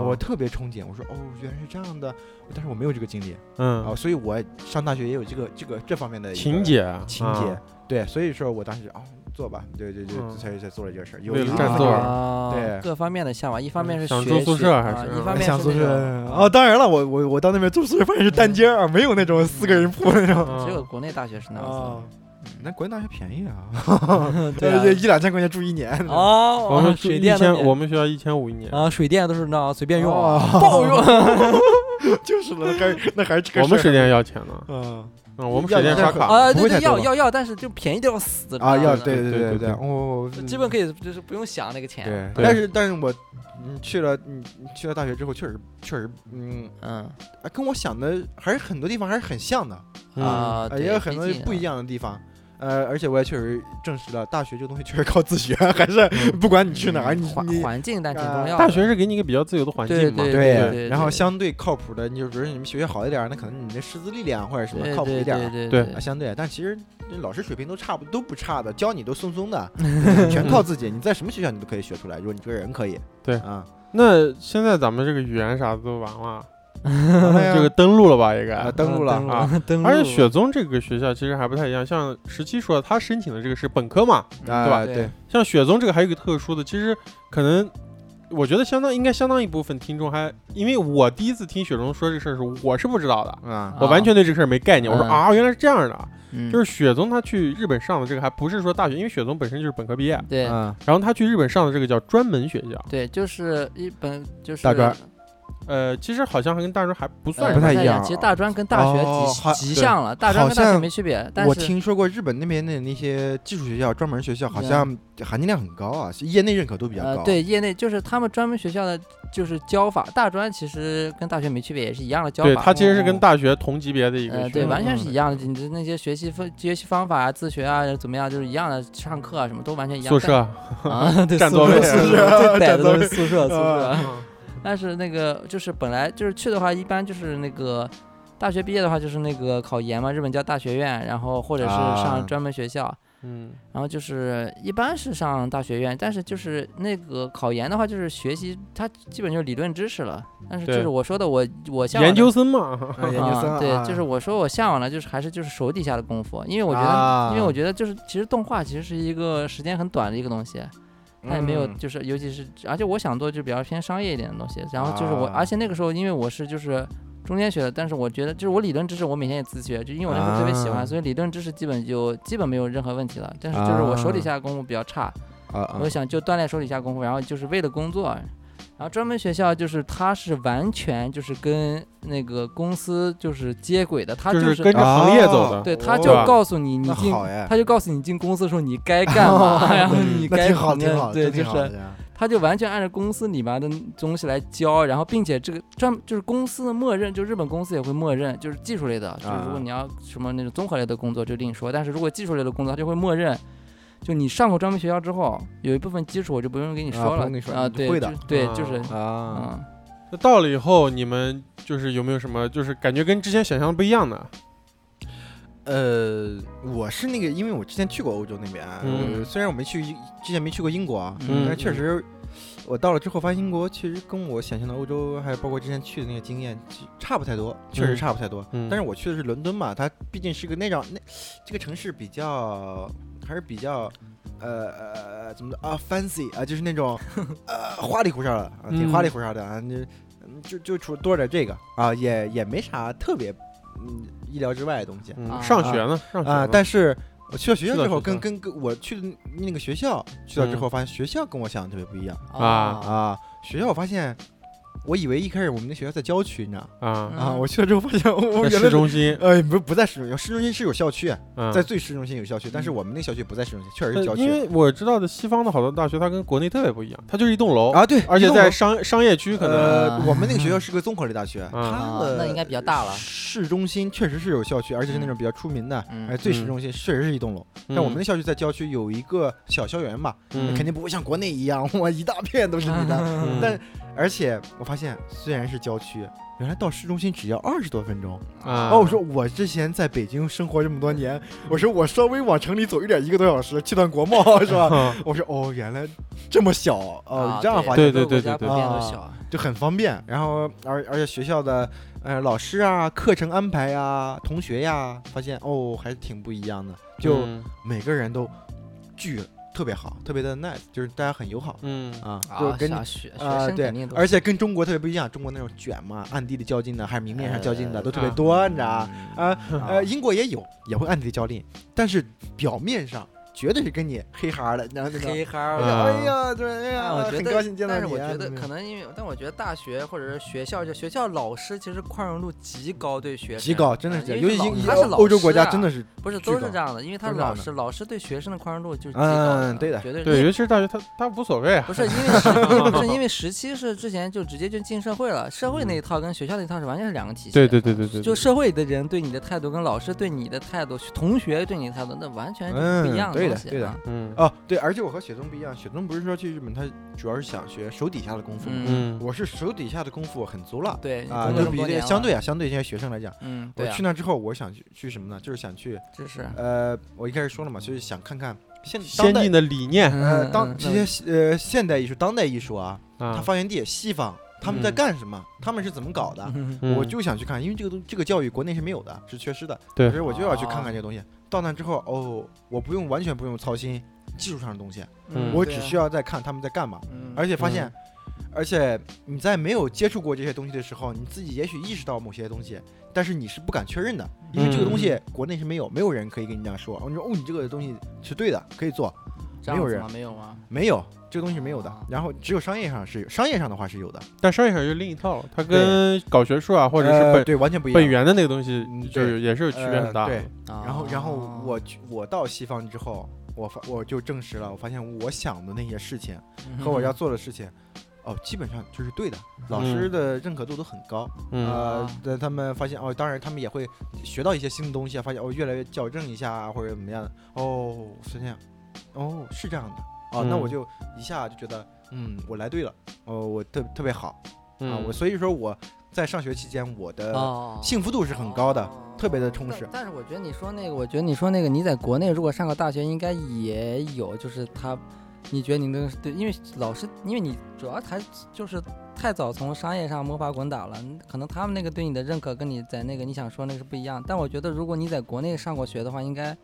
啊，
我特别憧憬。我说哦，原来是这样的，但是我没有这个经历啊，
嗯
所以我上大学也有这个这个这方面的一个
情节啊
情节。对，所以说我当时啊，做吧，对对对，
嗯
才才做了这个事儿。有
为了
一
占
方
座
面
儿
啊
对
各方面的向往，一方面是
想
学
住宿
习
舍还
啊
是
一
嗯
方面
想哎宿
是那
舍
种
哦，当然了，我我我到那边住宿舍发现是单间儿啊，没有那种四个人铺那种。
嗯
只有国内大学是那样
啊
子，
那国内大学便宜啊，
的，对啊
一两千块钱住一年。
哦，
我们
水
一
电那
千，
边
我们学校一千五一年，
啊，水电都是那随便用啊，
哦
暴用，
就是了，那还那还是这个
我们
事
水
儿
电要钱呢，
嗯
嗯，我们
要
水电
要
刷
要
卡，
啊，
不
对
会
对，
太多
要
吧
要要，但是就便宜的要死
啊，要
嗯对
对
对对
对
对
对，哦，
基本可以就是不用想那个钱，
对，
对
但是但是我嗯去了嗯去了大学之后，确实确实嗯，
嗯
啊跟我想的还是很多地方还是很像的，
嗯，
啊，
呃
对
也有很多不一，样的地方。呃，而且我也确实证实了，大学这个东西确实靠自学， 还是
嗯
不管你
毕
去
竟啊
哪儿，
嗯
你
环
你
环境但挺
啊
重要的，
大学是给你一个比较自由的环境嘛，
对对
然后
对
相对靠谱的，你就比如说你们学习好一点儿，那可能你的师资力量或者什么
对
靠谱
对
一点儿
对对
对
对
啊，相对。但其实这老师水平都差不都不差的，教你都松松 的，全靠自己。你在什么学校你都可以学出来，如果你这个人可以。
对
啊，
那现在咱们这个语言啥的都完了，这
啊
啊
这
个登录了吧？也该
啊。登录了
啊，
登
而且雪宗这个学校其实还不太一样，像十七说的，他申请的这个是本科嘛，
啊，
对
对，
像雪宗这个还有一个特殊的，其实可能我觉得相当应该相当一部分听众还，因为我第一次听雪宗说这事儿时，候，我是不知道的，
啊
我完全对这个事儿没概念。我说
嗯
啊，原来是这样的，
嗯
就是雪宗他去日本上的这个还不是说大学，因为雪宗本身就是本科毕业，
嗯对
啊，
然后他去日本上的这个叫专门学校，
对，就是一本就是
大专
呃，其太好像还跟大学还不
呃
算
不
什么
太一
一
样
其实大专跟大学
哦
极
好
极
对
像了，大专
好
跟大学
像
没区别，但
我
是
听说过日本那边的那些技术学校、专门学校，好
对
像含金量很高啊，是业内认可度比较
呃
高。，
对业内就是他们专门学校的就是教法，大专其实跟大学没区别，也是一样的教
对，
法
他。其实是跟大学同级别的一个
呃，
学
对，
校，
完全
嗯
是一样的，你的那些学习方学习方法啊、自学啊、怎么样，就是一样的，上课啊什么都完全一样。
宿舍
但啊，对，
占
宿
座
舍
位
宿
啊
舍最
占
歹的
座
都
位
是宿舍，宿舍。
啊
但是那个就是本来就是去的话，一般就是那个大学毕业的话，就是那个考研嘛，日本叫大学院，然后或者是
啊
上专门学校，
嗯
然后就是一般是上大学院，但是就是那个考研的话，就是学习它基本就是理论知识了。但是就
对
是我说的我，我向往
研
的
究生嘛，
啊研究
啊、
生啊，
对，就是我说我向往的，就是还是就是手底下的功夫，因为我觉得，
啊
因为我觉得就是其实动画其实是一个时间很短的一个东西，它也没有
嗯
就是尤其是而且我想做就比较偏商业一点的东西，然后就是我、
啊
而且那个时候因为我是就是。中间学的，但是我觉得就是我理论知识，我每天也自学，就因为我那时候特别喜欢，
啊
所以理论知识基本就基本没有任何问题了。但是就是我手底下的功夫比较差，
啊啊
我就想就锻炼手底下功夫，然后就是为了工作。啊然后专门学校就是它是完全就是跟那个公司就是接轨的，它
就是
是
跟着行业走的
对，它
哦
就
吧
告诉你你
那
进
好哎，
它就告诉你进公司的时候你该干 嘛，然后哎你
那
该
挺好，
怎么
挺
样
好，
对，
真
就
挺好
是
的呀。
它就完全按照公司里面的东西来教，然后并且这个专就是公司的默认，就日本公司也会默认，就是技术类的，就是如
啊
果你要什么那种综合类的工作就另说，但是如果技术类的工作，它就会默认。就你上过专门学校之后，有一部分基础我就不用跟你
啊
说了
不用跟你说
啊，
你
对，
会
就
的
对，就是
啊
啊，
嗯，
那到了以后，你们就是有没有什么，就是感觉跟之前想象的不一样的？
呃，我是那个，因为我之前去过欧洲那边，
嗯
呃虽然我没去，之前没去过英国啊，
嗯
但是确实，我到了之后发现英国其实跟我想象的欧洲，还有包括之前去的那个经验其实差不太多，确实差不太多。
嗯
但是我去的是伦敦嘛，它毕竟是个那种那这个城市比较还是比较。呃呃，怎么的啊？fancy 啊，就是 那种，呃，花里胡哨的，啊，
嗯
挺花里胡哨的啊。你嗯就就除多点这个啊，也也没啥特别，嗯，意料之外的东西。
嗯
啊
上学呢，上学
啊、
呢
但是我去了学校
去了
之
学
后，
校
跟跟跟我去的那个学校去了之
嗯
后，发现学校跟我想的特别不一样、
啊
啊。学校我发现，我以为一开始我们那学校在郊区，你知道
啊，
啊，
嗯
我去了之后发现我
在
原
市
来。
中心，
呃，不不在市中心，市中心是有校区，啊
嗯
在最市中心有校区，但是我们那校区不在市中心，确实是郊
呃因
区
为我知道的西方的好多大学，它跟国内特别不一样，它就是一栋楼，
啊。对，
而
一
且
栋
在
楼
商商业区可能嗯
呃
啊，
我们那 个学校是个综合类大学，它
啊
的
那应该比较大了
市中心确实是有校区，而且是那种比较出名的，
嗯
哎，最市
嗯
中心确实是一栋楼。
嗯
但我们那校区在郊区有一个小校园吧，
嗯
肯定不会像国内一样，哇，一大片都是你的。
嗯
但而且我发现，虽然是郊区，原来到市中心只要二十多分钟。
啊，
哦，我说我之前在北京生活这么多年，我说我稍微往城里走一点，一个多小时，去趟国贸是吧？
啊
我说哦，原来这么小哦，
啊
这样
对
划
对
各个国家
对
对
普遍都
啊
小啊，
就很方便。然后而而且学校的呃老师啊、课程安排呀、同学呀、发现哦还是挺不一样的，就
嗯
每个人都巨特别好，特别的 nice，就是大家很友好
嗯
啊，
啊
就跟。
小学学
啊、
生
对
肯定，都
而
是
且跟中国特别不一样，中国那种卷嘛，暗地里较劲的，还是明面上较劲的，
呃
都特别
啊
多，你知道吧？
嗯
啊呃，
啊
英国也有，也会暗地里较劲，但是表面上绝对是跟你嘿哈的，然后那种，
黑哈儿
嗯
的
哎呀，对，哎呀，
但我觉
很
得
高兴见到
但
你
是
啊。
我觉得
怎么
可
样
能因为，但我觉得大学或者是学校，就学校老师其实宽容度极高，对学生
极高，真的是这
啊因
样，
为
尤其
老
英
他是老
欧洲国
师
家
啊
真的是
不是
巨
都是
高
这样的，因为他是
都是这
老
样的
师，老师对学生的宽容度就是极高
嗯对的
绝对是
对，尤其是大学，它它无所谓啊
不，是因 为十不是因为十七是之前就直接就进社会了，社
嗯
会那一套跟学校那一套是完全是两个体系。
对对对对对，
就
对
社会的人对你的态度，跟老师对你的态度，同学对你的态度，那完全就是不
嗯
一样
对
东
的
西。
对的
啊，
嗯
哦，对，而且我和雪松不一样，雪松不是说去日本，他主要是想学手底下的功夫，
嗯，
嗯
我是手底下的功夫很足了
对，你
啊，
工作这
就
么
比
多
这
年
相
了，
对啊，相对这些学生来讲，
嗯，
我
对啊
去，那之后，我想去去什么呢？就是想去
这是
呃，我一开始说了嘛，就是想看看现当
先
代
进的理念
呃
嗯
当
嗯
这些呃现代艺术、当代艺术啊，它
啊，
发源地西方，他们在
嗯
干什么？他们是怎么搞的？
嗯
嗯
我就想去看，因为这个东这个教育国内是没有的，是缺失的。
对
所以我就要去
哦
看看这个东西。到那之后，哦，我不用完全不用操心技术上的东西，
嗯
我
对
只
啊
需要在看他们在干嘛。
嗯
而且发现，而且你在没有接触过这些东西的时候，你自己也许意识到某些东西，但是你是不敢确认的，
嗯
因为这个东西国内是没有，没有人可以跟你这样说。你说哦，你这个东西是对的，可以做，
这
没
样
有
子
人
吗？没有吗？
没有这个东西是没有的
啊。
然后只有商业上是有，商业上的话是有的，
但商业上又另一套了，它跟搞学术啊，或者
呃
是
对完全不一
本
样
本。源的那个东西
嗯，对
就是也是有区别很大
呃
的
对，然后，然后
啊
我去，我到西方之后，我发我就证实了，我发现我想的那些事情
嗯
和我要做的事情，哦，基本上就是对的。老师的认可度都很高，
嗯
呃
啊，
但他们发现哦，当然他们也会学到一些新的东西啊，发现哦，越来越矫正一下啊，或者怎么样的。哦，是这样，哦，是这样的。哦，那
嗯
我就一下就觉得，嗯，我来对了，哦，我特特别好啊，
嗯
我所以说我在上学期间我的
哦
幸福度是很高的，特别的充实
但。但是我觉得你说那个，我觉得你说那个，你在国内如果上个大学，应该也有，就是他，你觉得你能对，因为老师，因为你主要还就是太早从商业上摸爬滚打了，可能他们那个对你的认可跟你在那个你想说那个是不一样。但我觉得如果你在国内上过学的话，应该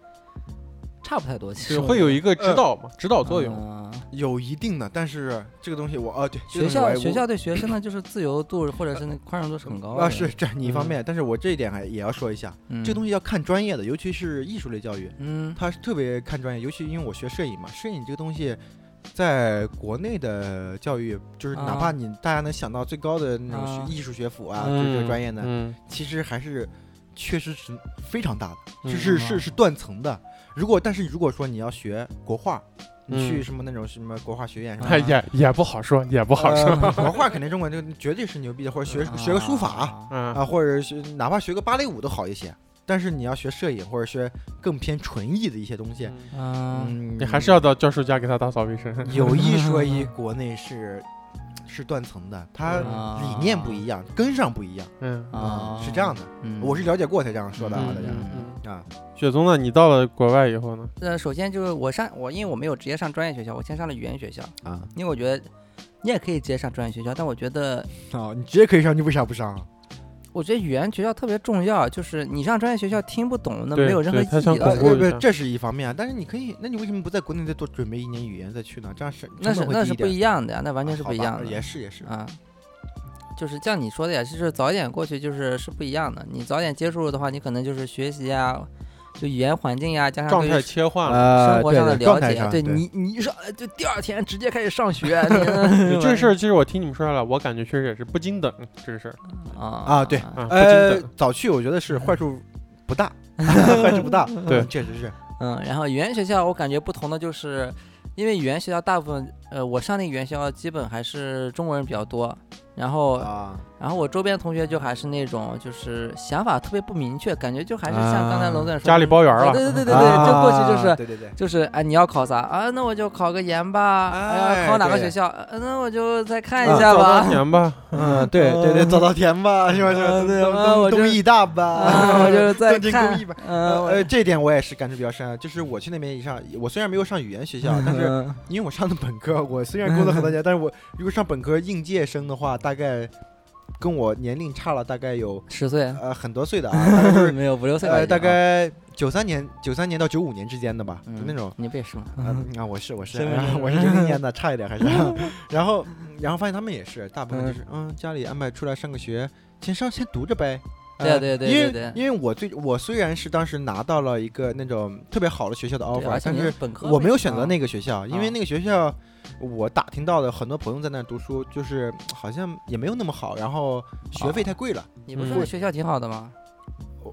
差不太多。其
对
实
会有一个
呃啊
指导嘛，指导作用，
嗯
有一定的，但是这个东西我哦对，这个
学
东西我
校
也
学
无
校对学生的就是自由度或者是那宽容度是很高的嗯
啊是这是你一
嗯
方面，但是我这一点还也要说一下，这个东
西
西要看专业的，尤其是艺术类教育，
嗯
它是特别看专业，尤其因为我学摄影嘛，摄影这个东西。在国内的教育，就是哪
啊
怕你大家能想到最高的那种
啊
学艺术学府啊，就是这个专业呢，
嗯，
其实还是缺失是非常大的，
嗯
就是是是断层的。如果但是如果说你要学国画，你去
嗯
什么那种什么国画学院什 么
哎
的，
也也不好说，也不好说，
呃国画肯定中国这个绝对是牛逼的，或者学
啊
学个书 法，
嗯
啊，或者是哪怕学个芭蕾舞都好一些。但是你要学摄影或者学更偏纯艺的一些东西，
嗯
啊
嗯，
你还是要到教授家给他打扫卫生，
有一说一，国内是是断层的，它
啊
嗯理念不一样，跟上不一样
嗯
啊
是这样的。
嗯
我是了解过才这样说的啊，
嗯
大
嗯
家
嗯
啊，
雪松呢？你到了国外以后呢？
呃，首先就是我上我，因为我没有直接上专业学校，我先上了语言学校，
啊，
因为我觉得你也可以直接上专业学校，但我觉得
哦，你直接可以上，你为啥不上啊？
我觉得语言学校特别重要，就是你上专业学校听不懂，那
对
没有任何
对
意
它像
义
恐
呃，
了。
怖
不
一
不
下，
这是一方面啊，但是你可以，那你为什么不在国内再多准备一年语言再去呢？这样是
那是
成本
那
会
是
低
不一
点，
样的呀，那完全
啊
是
好
不一
吧
样的。
也是也是，
啊，就是像你说的呀，就是早一点过去就是是不一样的。你早点接触的话，你可能就是学习啊，就语言环境呀，加上
状
对
态
于
切换了。
生
呃，
活上的
对对，状
了
态
解啊
上，，
对
对
你你一上来就第二天直接开始 上学，
就
呃
你
这事儿，其实我听你们说下来，我感觉确实也是不经等这个事儿
啊
啊对
啊，不
呃
经等。，
早去我觉得是坏处 不大，坏处不大，
对
嗯确实是，
嗯，然后语言学校我感觉不同的就是，因为语言学校大部分，呃，我上那个语言学校基本还是中国人比较多，然后
啊，
然后我周边同学就还是那种就是想法特别不明确，感觉就还是像刚才
啊
龙总说
家里包圆
啊
了，啊
对对对对
对
对，就过去就是。
对对对，
就是哎，你要考啥啊？那我就考个研吧。哎呀，
哎
考哪个
对
学校？呃那我就再看一
啊
下
早
吧
稻。田吧，
嗯，对对对，早稻田吧，是吧？是吧
嗯对
东
啊
东
我就
东艺大
啊，
吧，
我就是再
东京
看
工艺吧。。
嗯，
呃
我
呃，这点我也是感触比较深啊，就是我去那边一上，我虽然没有上语言学校，但是
嗯
因为我上的本科， 我虽然工作很多年， 但是我如果上本科应届生的话，大概跟我年龄差了大概有
十岁，
呃很多岁的啊，大概就是
没有五六岁吧已
呃
经
大
啊
概九三年九三年到九五年之间的吧，
嗯
就那种。
你别说，
嗯啊，我是我是，
身份
然后
证
我是零零年的，差一点 还是。然后然后发现他们也是，大部分就是嗯，家里安排出来上个学，先上先读着呗。
对啊
呃
对啊对啊
因
对啊
为因为我最我虽然是当时拿到了一个那种特别好的学校的
对
offer，
而且
但
你
是
本科
我没有
呗
选择
啊
那个学校，因为那个学校我打听到的很多朋友在那儿读书，就是好像也没有那么好，然后学
哦
费太贵了。
你不
嗯
是说那学校挺好的吗？
呃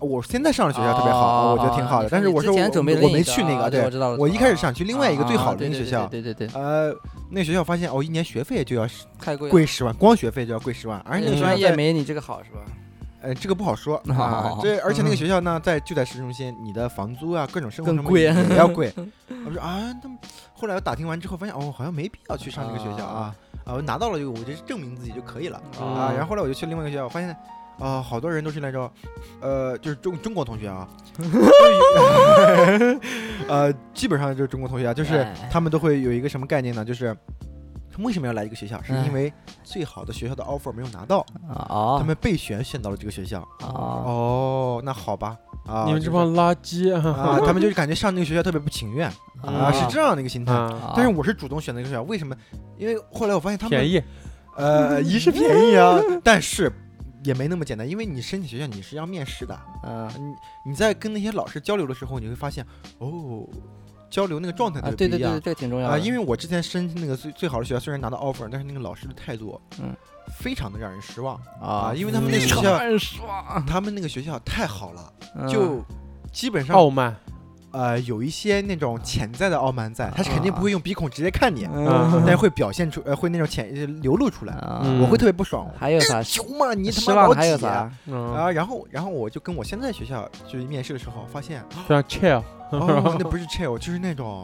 我现在上的学校特别好，
哦
我觉得挺好
你
的，但是
你
我
之
说我
前准备
我
另
我
一
没去那
啊
个，
对，
对
我，知道了，
我一开始
啊
想去另外一个最好的那个学校
啊，对对对对对，
呃，那个学校发现哦，一年学费就要是
对太贵了，
贵十万，光学费就要贵十万，而且那个
你
学校
啊嗯专业
在，
没你这个好是吧？
呃，这个不 好说啊
哦。
这而且那个学校呢，在就在市中心，你的房租啊，各种生活
更
成本
贵
也 要贵。我说啊，那么后来我打听完之后，发现哦，好像没必要去上这个学校啊啊，我拿到了这个，我就证明自己就可以了啊。
嗯
然后后来我就去另外一个学校，我发现啊，好多人都是那种，呃，就是中中国同学 啊， 呃，基本上就是中国同学啊，就是
哎
他们都会有一个什么概念呢？就是他们为什么要来一个学校？是
哎
因为最好的学校的 offer 没有拿到，
啊哦，
他们备选选到了这个学校。
哦，
哦，那好吧，啊，
你们
就是
这帮垃圾
啊，他们就是感觉上那个学校特别不情愿啊，
啊
哦
是这样的一个心态。
啊，
但是我是主动选择一个学校，为什么？因为后来我发现他
便
们
宜，
呃，一是便宜啊， 但是也没那么简单，因为你申请学校你是要面试的，
嗯
你在跟那些老师交流的时候，你会发现哦，交流那个状态
啊，
特
对
别不
对
一
对，对。
样
这个挺重要
啊、
的，
因为我之前申那个最最好的学校，虽然拿到 offer，但是那个老师的态度，
嗯，
非常的让人失望啊、
啊，
因为他们那个学
非
校，
常嗯爽，
他们那个学校太好了，就基本上、
傲慢，
呃有一些那种潜在的傲慢在，他是肯定不会用鼻孔直接看
嗯
你，
啊
但是会表现出呃会那种潜呃流露出来，
啊
嗯
我会特别不爽，
还有啥？
球嘛哎你他
失
妈老
望
几
的还有
啊
啥？
嗯，
啊，然后，然后我就跟我现在学校就是面试的时候发现，
非常啊 chill，
哦，那不是 chill，就是那种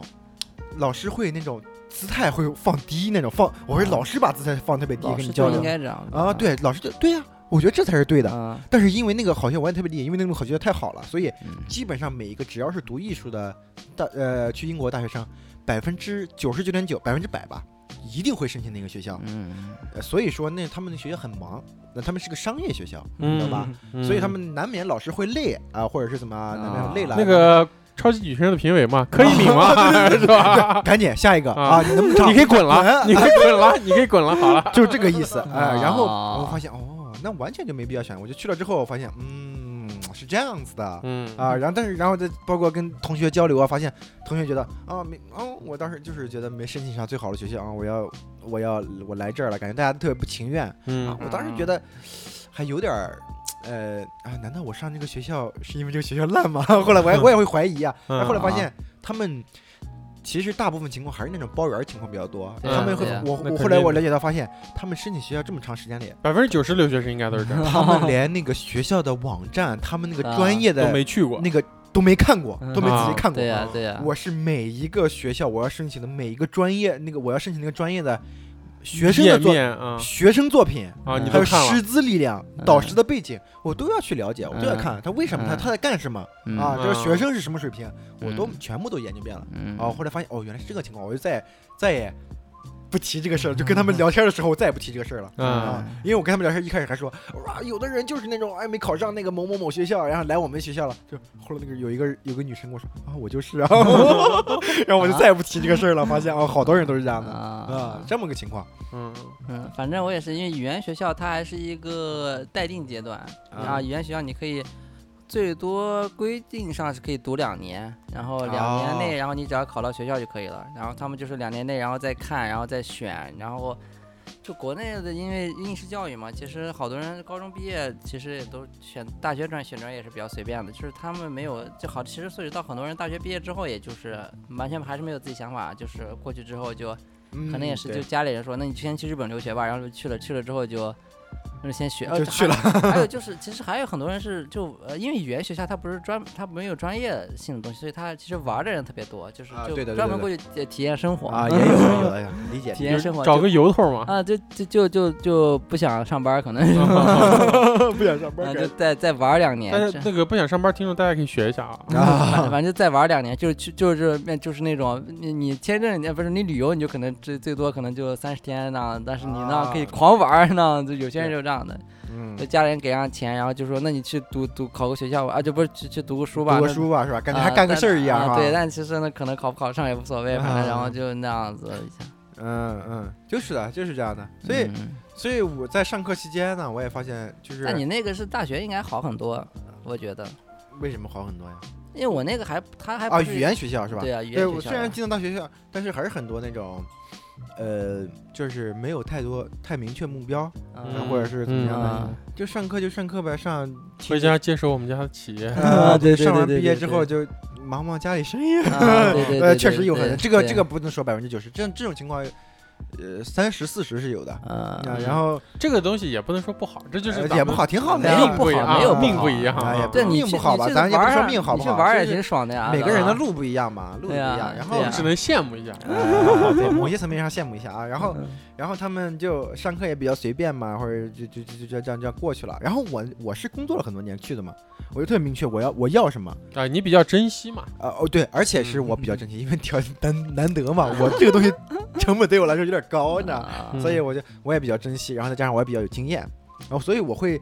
老师会那种姿态会放低那种放，我说
啊
老师把姿态放特别低
老
跟
师
你
就
交
应
流
该这样
啊，对，老师就对呀、我觉得这才是对的。
啊，
但是因为那个好像我也特别理解，因为那种好学校太好了，所以
嗯
基本上每一个只要是读艺术的大呃去英国大学生，百分之九十九点九百分之百吧，一定会申请那个学校。
嗯，
呃所以说那他们的学校很忙，那他们是个商业学校，
嗯，
懂吧
嗯？
所以他们难免老师会累啊，或者是怎么啊难免累了
那个超级女声的评委 嘛，可以领了，是吧？
赶紧下一个
啊
啊，你能不能唱
你可以滚了，
滚
你可以滚了，你可以滚了，好了，
就是这个意思啊、
啊
然后我发现哦，那完全就没必要选。我就去了之后，我发现嗯是这样子的
嗯
啊。然后但是然后再包括跟同学交流啊，发现同学觉得啊没哦，我当时就是觉得没申请上最好的学校啊，我要我要我来这儿了，感觉大家都特别不情愿啊
嗯。
我当时觉得还有点儿。呃啊，难道我上这个学校是因为这个学校烂吗？ 后来我也我也会怀疑啊。
嗯
然后后来发现他们其实大部分情况还是那种包圆儿情况比较多。
对
啊
他们会
对啊
我
那
我
肯
后来
定
我
的
了解到发现，他们申请学校这么长时间 里，
百分之九十留学生应该都是这样，
他们连那个学校的网站，他们那个
啊
专业
都
的
没去过。
那个都没看过，都没仔
啊
细看过。
对呀对呀，
我是每一个学校我要申请的每一个专业，那个我要申请那个专业的学生
页
的作
面啊
学生作品，
啊，你
还
都
有
看了
师资力量、导师的背景，我都要去了解，我都要看他为什么他
嗯
他在干什么
嗯
啊，这个
嗯
学生是什么水平，我都
嗯
全部都研究遍了。
嗯
哦，后来发现哦，原来是这个情况，我就再也再也不提这个事儿，就跟他们聊天的时候，我再也不提这个事儿了。啊
啊，
因为我跟他们聊天，一开始还说，哇，有的人就是那种哎没考上那个某某某学校，然后来我们学校了。就后来那个有一个有个女生跟我说啊，我就是啊，然后我就再也不提这个事儿了。发现哦，好多人都是这样的啊
啊，，
这么个情况。
嗯，
嗯，反正我也是，因为语言学校它还是一个待定阶段
啊
啊，语言学校你可以最多规定上是可以读两年，然后两年内，然后你只要考到学校就可以了。然后他们就是两年内，然后再看，然后再选，然后就国内的因为应试教育嘛，其实好多人高中毕业其实也都选大学专选专业是比较随便的，就是他们没有就好，其实所以到很多人大学毕业之后，也就是完全还是没有自己想法，就是过去之后就
嗯
可能也是就家里人说，那你先去日本留学吧，然后就去了，去了之后就。就是先学，呃
就去了
还。 还有就是，其实还有很多人是就呃，因为语言学校它不是专，它没有专业性的东西，所以它其实玩的人特别多，就是
啊
就
对的对
专门
的
过去呃体验生活
啊，也有有的呀，理 解
体验生活
找
就
个由头嘛。嗯
啊，就就就就就不想上班，可能
嗯
是
不想上
啊，就再再玩两年，
但
这
是哎那个不想上班听众，大家可以学一下啊。
反
啊，
反正再玩两年，就是去就是面就是那种你你签证人家不是你旅游，你就可能最最多可能就三十天那样，但是你那样可以
啊
狂玩儿那样，就有些人就这样的。
嗯
那，家里人给上钱，然后就说那你去读读考个学校吧，啊，就不是去去读个书吧，
读个
那
书吧，是吧？感觉
啊
还干个事儿一样
但啊
哈。
对，但其实呢，可能考不考上也无所谓，反正然后
啊
就那样子一下。
嗯嗯，就是的，就是这样的。所以，
嗯
所以我在上课期间呢，我也发现，就是
但你那个是大学应该好很多，我觉得，
为什么好很多呀？
因为我那个还他还
啊，
不是
语言学校是吧？
对啊，语
对，
言
我
学校
虽然进到大学校，但是还是很多那种，呃，就是没有太多太明确目标，啊
嗯
或者是怎么样的，
嗯
就上课就上课呗，上
回家接手我们家的企业，
呃
啊对对
上完
对对
毕业
对
之
对
后就忙忙家里生意。
啊对对
呃，
对，
确实
对
有很这个这，
对
个不能说百分之九十，这这种情况，呃，三十四十是有的。
呃
啊，然后
这个东西也不能说不好，这就是
呃
咱
也
们
不好挺好的
命
呀
不一样，
没有不好
命不一样
啊也
啊。
不
对你
命
去
不好
你
吧
去
咱也不
玩儿
说
啊
命好不
你去
好
玩儿
就
也
是
挺爽的呀。
每个人的
啊
路不一样嘛，路不一
对啊
样，然
我
后
对
们
啊
只能羡慕一下。
呃对 某些层面上羡慕一下啊，然后
嗯
然后他们就上课也比较随便嘛，或者就就就就就这样这样过去了。然后我我是工作了很多年去的嘛，我就特别明确我要我要什么
啊，你比较珍惜嘛？
啊、哦对，而且是
嗯
我比较珍惜，因为条件难难得嘛，我这个东西成本对我来说有点高，你知道吗，
嗯
啊
所以我就我也比较珍惜，然后再加上我也比较有经验，然后所以我会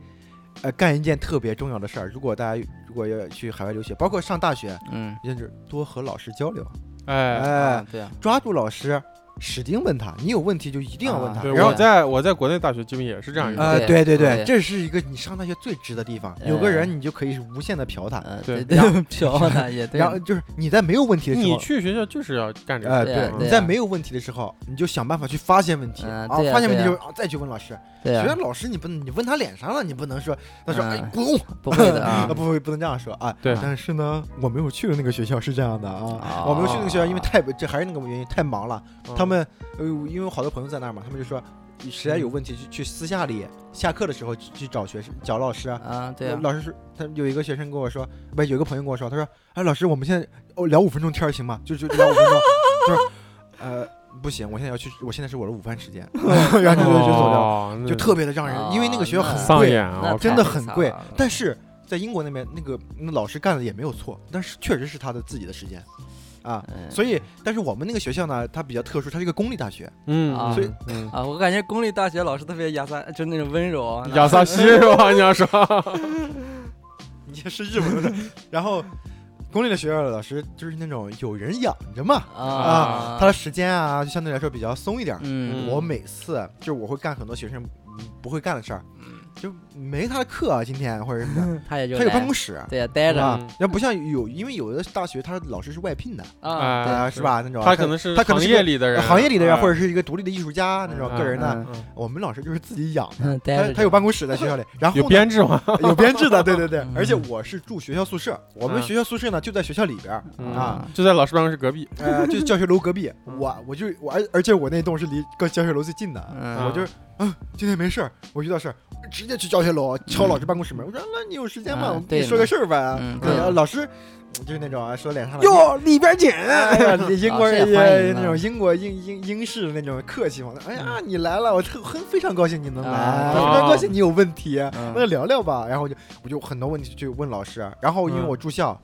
呃干一件特别重要的事儿。如果大家如果要去海外留学，包括上大学，
嗯，
就是多和老师交流，
哎，
哎
啊，对啊，
抓住老师，使劲问他，你有问题就一定要问他，
啊
对，
然后
我嗯在我在国内大学基本也是这样一个。
呃，
对
对对
对
这是一个你上大学最值的地方。有个人你就可以是无限的嫖他，
呃
对
对对，飘的也对，
然后就是你在没有问题的时
你
候，
去学校就是要干这
呃，
个
对
事
啊
儿嗯
对
嘛，，
你在没有问题的时候，你就想办法去发现问题
嗯
啊，
对呀
发现问题
对
就
呀
是啊再去问老师。
对
学
啊
校，老师你不能，你问他脸上了，你不能说他说
嗯
哎滚，
不会的啊
啊， 不不能这样说啊。
对
但是呢，我没有去的那个学校是这样的啊，
哦
我没有去那个学校，因为太这还是那个原因太忙了。
嗯
他们呃，因为我好多朋友在那儿嘛，他们就说实在有问题去去私下里下课的时候去去找学生找老师啊。
啊，对啊，
老师说，他有一个学生跟我说，不，有一个朋友跟我说，他说，哎，老师，我们现在哦聊五分钟天儿行吗？就就聊五分钟， 就是，呃，不行，我现在要去，我现在是我的午饭 时间，然后就就走掉了，
哦那
就特别的让人，因为那个学校很
丧
贵，
眼啊
嗯那！
我
真
太
的
悲
很
惨
贵
了，
但是在英国那边，那个那老师干的也没有错，但是确实是他的自己的时间，啊，
嗯
所以，但是我们那个学校呢，它比较特殊，它是一个公立大学，
嗯，嗯
所以
嗯
啊，我感觉公立大学老师特别雅萨，就那种温柔 啊，
亚萨西是吧？你要说，
你是日文的，然后公立的学校的老师就是那种有人养着嘛，
啊，
他的时间啊，就相对来说比较松一点儿。
嗯
我每次就是我会干很多学生嗯不会干的事儿，
嗯，
就没他的课啊，今天或者什么的，
他也就
他有
来
办公室。
对呀，待着
啊
嗯，
那不像有，因为有的大学他老师是外聘的
哎
啊，
啊，
是
是吧？那种
他可能是
他可能
行
是
业里的
呃
人，
呃
啊
行业里的
嗯
人，或
者
者是一个独立的艺术家那种个人的。
呢
我们老师就是自己养的，
嗯，待
他
着
他有办公室在学校里，然后
有
呢
编制嘛？
有编制的，对对 对
嗯。
而且我是住学校宿舍，我们
嗯
学校宿舍呢就在学校里边儿
嗯
啊，
就在老师办公室隔壁。
呃，就是教学楼 隔壁。
嗯
我我就我而而且我那栋是离跟教学楼最近的，
嗯
我就是嗯，今天没事儿，我遇到事儿直接去教学楼敲老师办公室门，我说那你有时间吗？
嗯
我们跟你
对
说个事儿呗
嗯。对
呃老师就是那种啊，说脸上了。
哟，里边请。
哎 呀，英国
老
人
师也欢迎嗯
那种英国英英英式的那种客气嘛。哎呀，你来了，我特很非常高兴你能来，
啊
非常高兴你有问题，
嗯
那聊聊吧。然后我就我就很多问题去问老师，啊然后因为
嗯
我住校，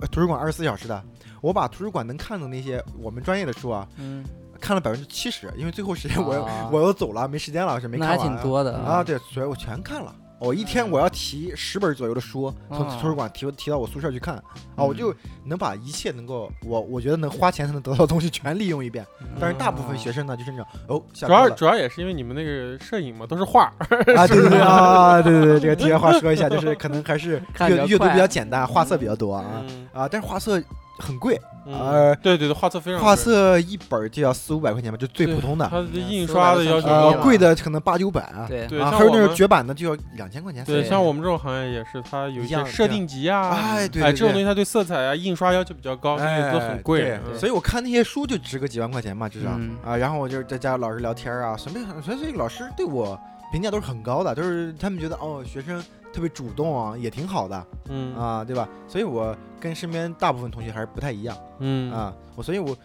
呃图书馆二十四小时的，我把图书馆能看的那些我们专业的书啊，
嗯，
看了百分之七十，因为最后时间我要
啊
我要走了，没时间了，是没
那还
看完啊
啊
挺多的
啊。对，所以我全看了。我一
嗯
天我要提十本左右的书，从
哦
啊
图书馆提提到我宿舍去看啊，我
嗯
就能把一切能够我我觉得能花钱才能得到的东西全利用一遍。
嗯
但是大
嗯
部分学生呢，就是那种哦，下
主要
课了
主要也是因为你们那个摄影嘛，都是画儿，
啊，对对对 啊，对对对，这个题外话说一下，就是可能还是
看比
阅
较
阅读
快
比较简单，画色比较多啊
嗯
啊，但是画色很贵，
嗯
呃，
对对对，画册非常
画啊
贵，
色一本就要四五百块钱吧，就最
对
普通的，
它的印刷的要求
呃
高嘛，
贵的可能八九百啊，
对，
对，
啊，
像
还有
我
那
们
种绝版的就要两千块钱。
对，
对
像我们这种行业也是，它有一
一样
些设定集啊，
哎，对
哎，
对
这种东
对，
西它对色彩啊、印刷要求比较高，所以
哎，
都很贵
对。
嗯
所以我看那些书就值个几万块钱嘛，至少
嗯
啊。然后我就在家老师聊天啊，什么所以老师对我评价都是很高的，就是他们觉得哦，学生特别主动啊，也挺好的
嗯
啊，对吧？所以我跟身边大部分同学还是不太一样
嗯
啊。我所以我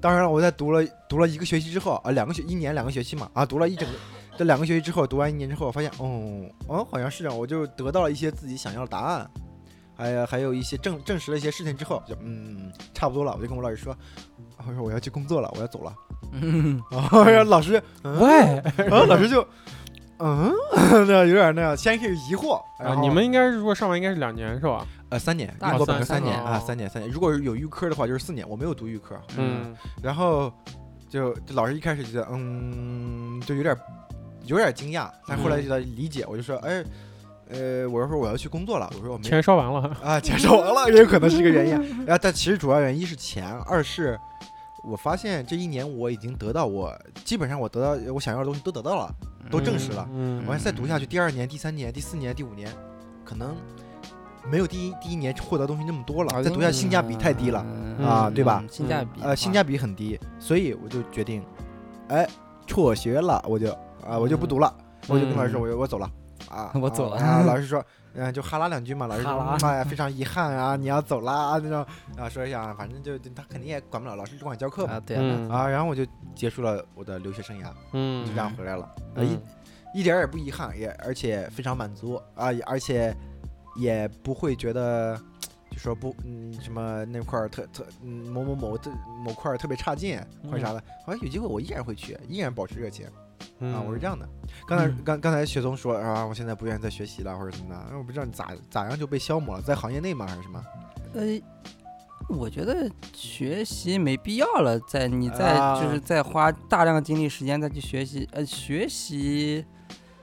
当然了，我在读了读了一个学期之后啊，两个学一年两个学期嘛啊，读了一整个。这两个学期之后，读完一年之后，我发现，哦，哦，好像是这样，我就得到了一些自己想要的答案，还有还有一些证证实了一些事情之后，就嗯，差不多了，我就跟我老师说，啊我说我要去工作了，我要走了。
嗯
然后老师，嗯，
喂，
然后老师就，嗯， 那有点那样，先是疑惑，然
啊，
后
你们应该是如果上完应该是两年是吧？
呃三年，
大
英国
三
本科三
三
年
年
啊，
哦
三年三年，如果有预科的话就是四年，我没有读预科，
嗯
然后就就老师一开始就觉得，嗯，就有点有点惊讶，但后来就在理解，我就说，哎，呃，我说我要去工作了，我说我没
嗯钱烧完了，
啊，钱烧完了，也有可能是一个原因啊，但其实主要原因一是钱，二是我发现这一年我已经得到我基本上我得到我想要的东西都得到了，都证实了
嗯
我要再读下去，第二年、第三年、第四年、第五年，可能没有第一第一年获得的东西那么多了，再读下去性价比太低了。
啊
对吧
嗯性价比的话
呃，性价比很低，所以我就决定，哎，辍学了，我就啊、我就不读了，我就跟老师说，
嗯
我就我走了，啊，
嗯 我走了
啊，老师说。嗯，就哈拉两句嘛，老师
哈拉
说，哎呀，非常遗憾啊，你要走啦啊那种啊，说一下啊，反正就他肯定也管不了，老师只管教课嘛
啊，对啊，
嗯
啊，然后我就结束了我的留学生涯，就这
嗯
样回来了，呃一一点儿也不遗憾，也而且非常满足啊，也而且也不会觉得就说不嗯什么那块儿特特嗯某某某特某块儿特别差劲
嗯
或者啥的，好像有机会我依然会去，依然保持热情啊，我是这样的。刚才
嗯
刚刚才雪松说啊，我现在不愿意再学习了或者怎么的，啊我不知道你咋咋样就被消磨了，在行业内吗还是什么？
呃，我觉得学习没必要了，在你再
啊
就是再花大量精力时间再去学习，呃，学习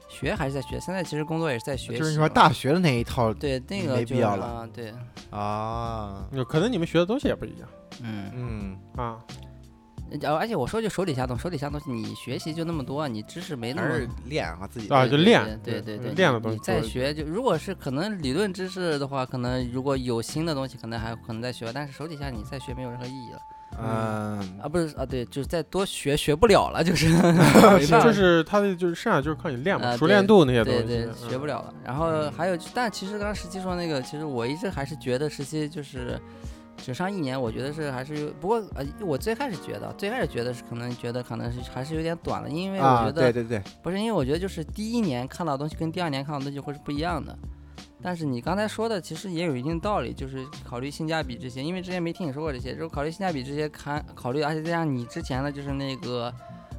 学还是在学，现在其实工作也是在学习嘛，
就是你说大学的那一套
对那个
没
就
必要
是
了
啊，对，
啊，
样，可能你们学的东西也不一样
嗯。
嗯，
啊。
呃而且我说句手底下东，手底下东西你学习就那么多，你知识没那
还是
么
练啊自己
啊
对
就
对
练
对
对
对
嗯
对，
练
你
的东西
你再
多
学就如果是可能理论知识的话，可能如果有新的东西，可能还可能再学，但是手底下你再学没有任何意义了
嗯
啊，不是啊，对，就是再多学学不了了，就是没办法
就是他的就是剩下就是靠你练嘛，
啊
熟
对
练度那些东
对
西，
对
嗯，
学不了了。然后还有就，但其实刚刚十七说那个，其实我一直还是觉得十七就是只上一年，我觉得是还是有。不过呃，我最开始觉得，最开始觉得是可能觉得可能是还是有点短了，因为我
啊，
觉得、
对对对，
不是，因为我觉得就是第一年看到的东西跟第二年看到的东西会是不一样的。但是你刚才说的其实也有一定道理，就是考虑性价比这些，因为之前没听你说过这些，就是考虑性价比这些，看考虑，而且再加上你之前的就是那个，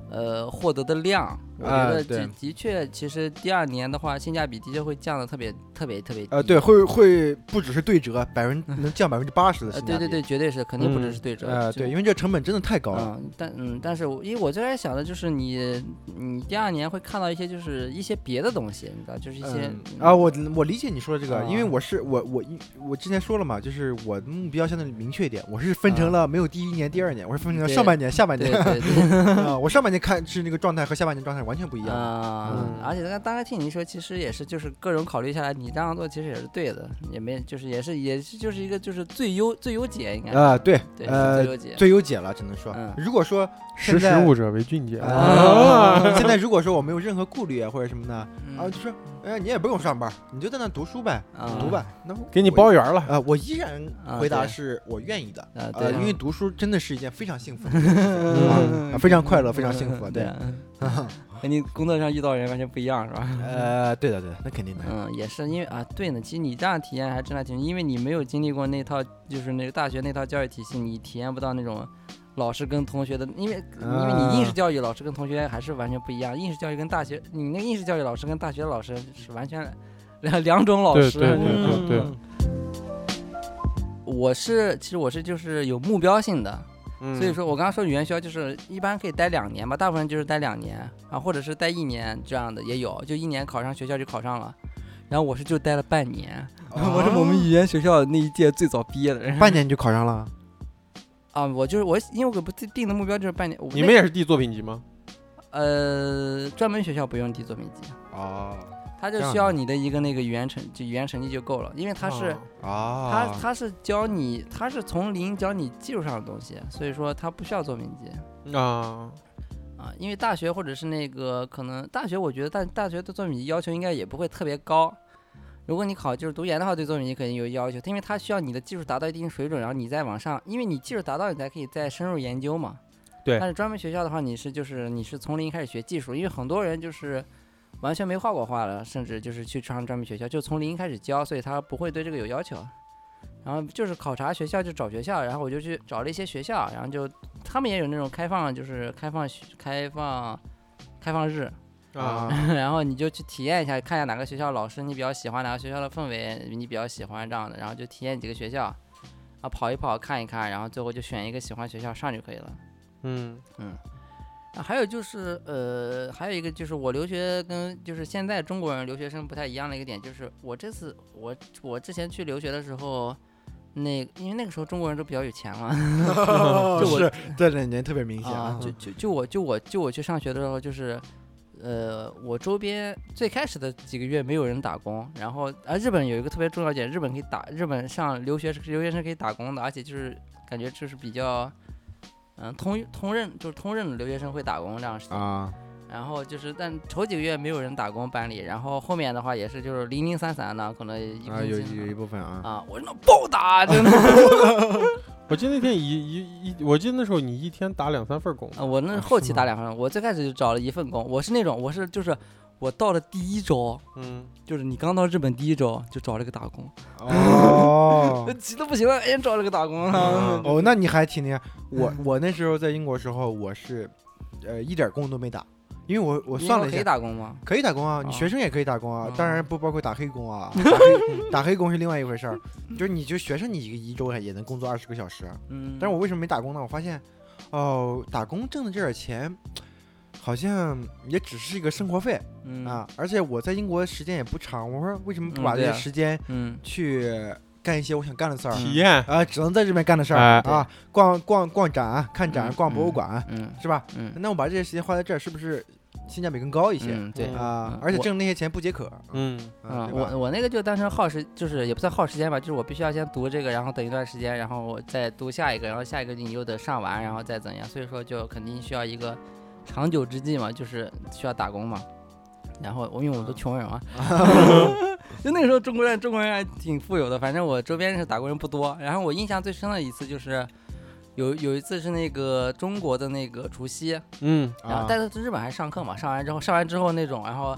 呃，获得的量，我觉
啊
得
对
的、的确，其实第二年的话，性价比的确会降的特别特别特别低。
呃，对，，会会不只是对折，百分能降百分之八十的
呃，
性价
对对对，，
比
绝对是，肯定不只是对折。
呃，
就
对，因为这成本真的太高了。
嗯，但嗯，但是我因为我最开始想的就是你，你第二年会看到一些就是一些别的东西，你知道，就是一些、
嗯
嗯
啊，我我理解你说的这个，因为
啊
我是我我一我之前说了嘛，就是我的目标相对明确一点，我是分成
啊
了没有第一年、第二年，我是分成了
对
上半年、下半
对
年
对对，
啊，我上半年看是那个状态和下半年状态完全不一样。
啊
嗯，
而且刚刚才听你说，其实也是就是各种考虑下来，你这样做其实也是对的，也没就是也是也是就是一个就是最优最优解应该，
啊，对，
对，是最
呃，
优解，
最优解了，只能说
嗯，
如果说
识
现
时
在
务者为俊杰。
啊，现在如果说我没有任何顾虑啊或者什么的
嗯
啊，就说哎，你也不用上班，你就在那读书呗，
啊
读吧，嗯那我
给你包圆了，
啊，我依然
啊
回答
对
是 我愿意的。
啊
呃，
对，
因为读书真的是一件非常幸福的事
嗯
情，啊，非常快乐，非常幸福。 对，
啊，和你工作上遇到的人完全不一样是吧？
呃，对的，对的，那肯
哎
定的。
嗯，也是因为啊，对呢，其实你这样体验还真的挺，因为你没有经历过那套就是那个大学那套教育体系，你体验不到那种老师跟同学的，因为因为你应
啊
试教育老师跟同学还是完全不一样，应试教育跟大学，你那个应试教育老师跟大学老师是完全两两种老啊
对
师。
对对对对，
我是其实我是就是有目标性的，
嗯
所以说我刚刚说元宵就是一般可以待两年吧，大部分就是待两年啊，或者是待一年这样的也有，就一年考上学校就考上了。然后我是就待了半年，我是我们语言学校那一届最早毕业的人
半年就考上了，
啊，我就是我，因为我给自己定的目标就是半年。我
嗯你
那
们也是递作品集吗？
呃，专门学校不用递作品集，
哦
他就
这样
需要你的一个那个语言成就语言成绩就够了，因为他是、
哦，
他他是教你，他是从零教你技术上的东西，所以说他不需要作品集
啊啊，
啊。因为大学或者是那个可能大学，我觉得大大学对作品集要求应该也不会特别高。如果你考就是读研的话，对作品集肯定有要求，因为它需要你的技术达到一定水准，然后你再往上，因为你技术达到，你才可以再深入研究嘛。
对
但是专门学校的话，你是就是你是从零开始学技术，因为很多人就是完全没画过画的，甚至就是去上专门学校，就从零开始教，所以他不会对这个有要求。然后就是考察学校，就找学校，然后我就去找了一些学校，然后就他们也有那种开放，就是开放学开放开放日，
啊，
然后你就去体验一下，看一下哪个学校老师你比较喜欢，哪个学校的氛围你比较喜欢这样的，然后就体验几个学校，啊跑一跑看一看，然后最后就选一个喜欢学校上就可以了。
嗯
啊， 还有就是，呃，还有一个就是我留学跟就是现在中国人留学生不太一样的一个点，就是我这次我我之前去留学的时候，那因为那个时候中国人都比较有钱嘛， 就我
是这两年特别明显
啊，就就就我就我就我去上学的时候，就是，呃，我周边最开始的几个月没有人打工，然后啊，日本有一个特别重要点，日本可以打，日本上留学是留学生可以打工的，而且就是感觉就是比较，嗯、通通认就是通认的留学生会打工这样的事情。
啊，
然后就是，但头几个月没有人打工班里，然后后面的话也是就是零零散散的，可能一
啊
部
有
分
有一部分啊，
啊， 我那暴打，真的，
我记得那天一一一，我记得那时候你一天打两三份工，
啊我那
啊
后期
是吗
打两份工，我最开始就找了一份工，我是那种我是就是我到了第一周，
嗯，
就是你刚到日本第一周就找了个打工，
哦
那急的不行了，哎，找了个打工了，
哦，那你还挺厉害。我
嗯
我那时候在英国时候，我是呃一点工都没打，因为我我
你
算
以
了
后
一
可以
下，
打工吗？
可以打工啊，你
啊
学生也可以打工啊
嗯，
当然不包括打黑 工啊，打黑打黑工是另外一回事儿。就是你就学生，你一个一周也能工作二十个小时，啊
嗯，
但是我为什么没打工呢？我发现，哦，打工挣的这点钱，好像也只是一个生活费
嗯，
啊。而且我在英国时间也不长，我说为什么不把
嗯
这
对
些
啊
时间
嗯，
去干一些我想干的事儿
体验
啊？只能在这边干的事儿
哎
啊，逛逛逛展、啊看展、
嗯
逛博物
嗯
馆，啊
嗯
是吧？
嗯嗯
那我把这些时间花在这儿，是不是性价比更高一些
嗯，对。
嗯
啊
嗯？
而且
我
挣那些钱不解渴，
嗯
啊
啊，，对吧
我我那个就单纯耗时，就是也不算耗时间吧，就是我必须要先读这个，然后等一段时间，然后我再读下一个，然后下一个你又得上完，然后再怎样，所以说就肯定需要一个长久之计嘛，就是需要打工嘛。然后我因为我们都穷 人嘛，就那个时候中国人中国人还挺富有的，反正我周边认识打工人不多。然后我印象最深的一次就是。有有一次是那个中国的那个除夕，
嗯
然后
啊
但是日本还上课嘛，上完之后上完之后那种，然后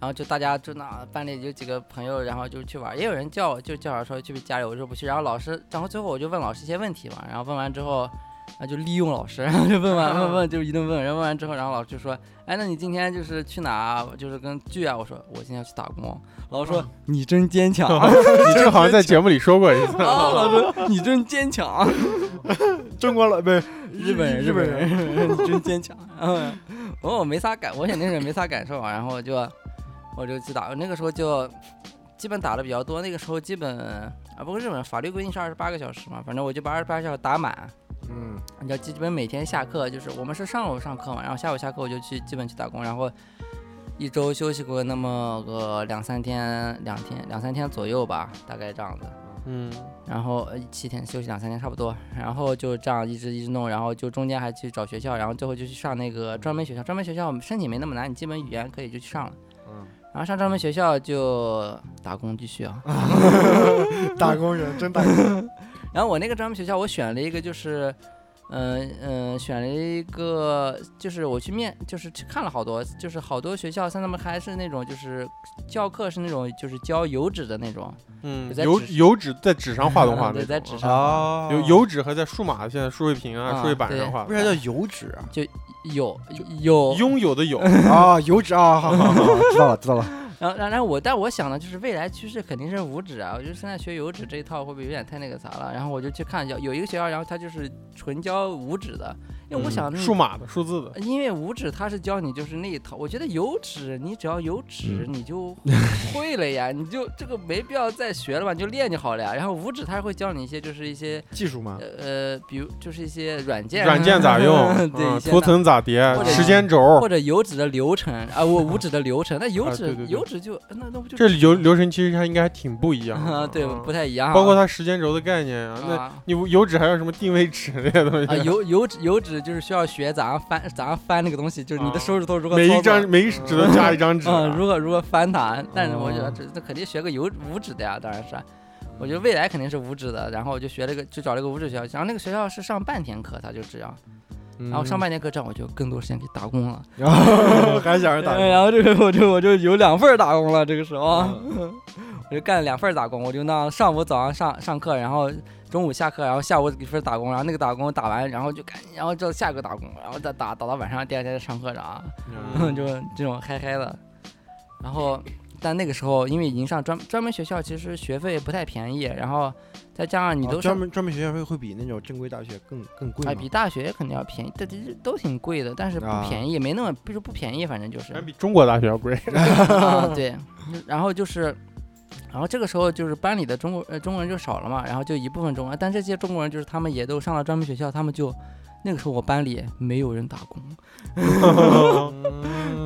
然后就大家就那班里有几个朋友，然后就去玩儿，也有人叫我就叫我说去不去家里，我说不去，然后老师，然后最后我就问老师一些问题嘛，然后问完之后。啊，就利用老师，然后就问完问问，就一顿问，然后问完之后，然后老师就说：“哎，那你今天就是去哪儿啊？就是跟剧啊？”我说：“我今天要去打工。”老师说：“你真坚强。”
你这个好像在节目里说过一 次，
啊，老师，你真坚强，啊
中国老不是
日本人，
日本人，
人，你真坚强。嗯，我我没啥感，我肯定是没啥感受啊，然后就我就去打，那个时候就基本打的比较多，那个时候基本啊，不过日本法律规定是二十八个小时嘛，反正我就把二十八小时打满。
嗯
你要基本每天下课就是我们是上午上课嘛，然后下午下课我就去基本去打工，然后一周休息过那么个两三天，两天两三天左右吧，大概这样子。
嗯
然后呃七天休息两三天差不多，然后就这样一直一直弄，然后就中间还去找学校，然后最后就去上那个专门学校，专门学校申请没那么难，你基本语言可以就去上了。
嗯。
然后上专门学校就打工继续啊。
打工人真打工，
然后我那个专门学校我选了一个就是，嗯嗯，选了一个，就是我去面，就是去看了好多，就是好多学校，像他们还是那种，就是教课是那种，就是教油纸的那种，
嗯，
在
油
纸
油纸在纸上画动画那种，
对在纸上
哦
有油纸和在数码现在数位屏啊、
啊
数位板
对
上画
为啥叫油纸 啊？
有有
拥有 的有，
啊，油纸啊，好好好，知道了知道了。
然后，然然后我，但我想呢，就是未来趋势肯定是五指啊。我觉得现在学油纸这一套会不会有点太那个啥了？然后我就去看一下，有一个学校，然后它就是纯教五指的，因为我想、呃
嗯数，码的、数字的，
因为五指它是教你就是那一套。我觉得油纸，你只要有纸，
嗯
你就会了呀，你就这个没必要再学了吧，你就练就好了呀。然后五指它会教你一些就是一些
技术嘛，
呃呃，比如就是一些软件，
啊软件咋用，
对，
嗯
一些
图
哪
层咋叠
或，
者
时间轴
或，者油纸的流程啊，我五指的流程，那油
啊对
纸
对对
油纸就那那不就
这流流程其实它应该还挺不一样
啊，
的，
对，
嗯
不太一样啊。
包括它时间轴的概念啊，那
啊
你油纸还有什么定位尺那些东
啊，
西？
油油纸油纸就是需要学咋样翻咋样翻那个东西，就是你的
啊
手指头如何
每
操
一
作
张每一只能加一张纸啊，
嗯，如何如何翻它。但是我觉得
哦
这这肯定学个油五指的呀，当然是。啊我觉得未来肯定是五指的，然后我就学了一个，就找了一个五指学校，然后那个学校是上半天课，他就这样，
嗯
然后上半天课这样我就更多时间给打工了，
然后 还想着打
然后这个我就我就有两份儿打工了，这个时候、
嗯
我就干了两份儿打工，我就那上午早上上上课，然后中午下课，然后下午一份打工，然后那个打工打完，然后就赶紧，然后就下一个打工，然后再打打到晚上，第二天再上课啥，
嗯
就这种嗨嗨的。然后，但那个时候因为已经上专专门学校，其实学费不太便宜，然后再加 上你都
哦专
上。
门专门学校会会比那种正规大学更更贵
哎，
吗？
比大学肯定要便宜，这这这都挺贵的，但是不
啊
便宜，没那么不是不便宜，反正就是。
还比中国大学要贵。
啊，对，然后就是，然后这个时候就是班里的中国呃中国人就少了嘛，然后就一部分中国人，但这些中国人就是他们也都上了专门学校，他们就那个时候我班里没有人打工，嗯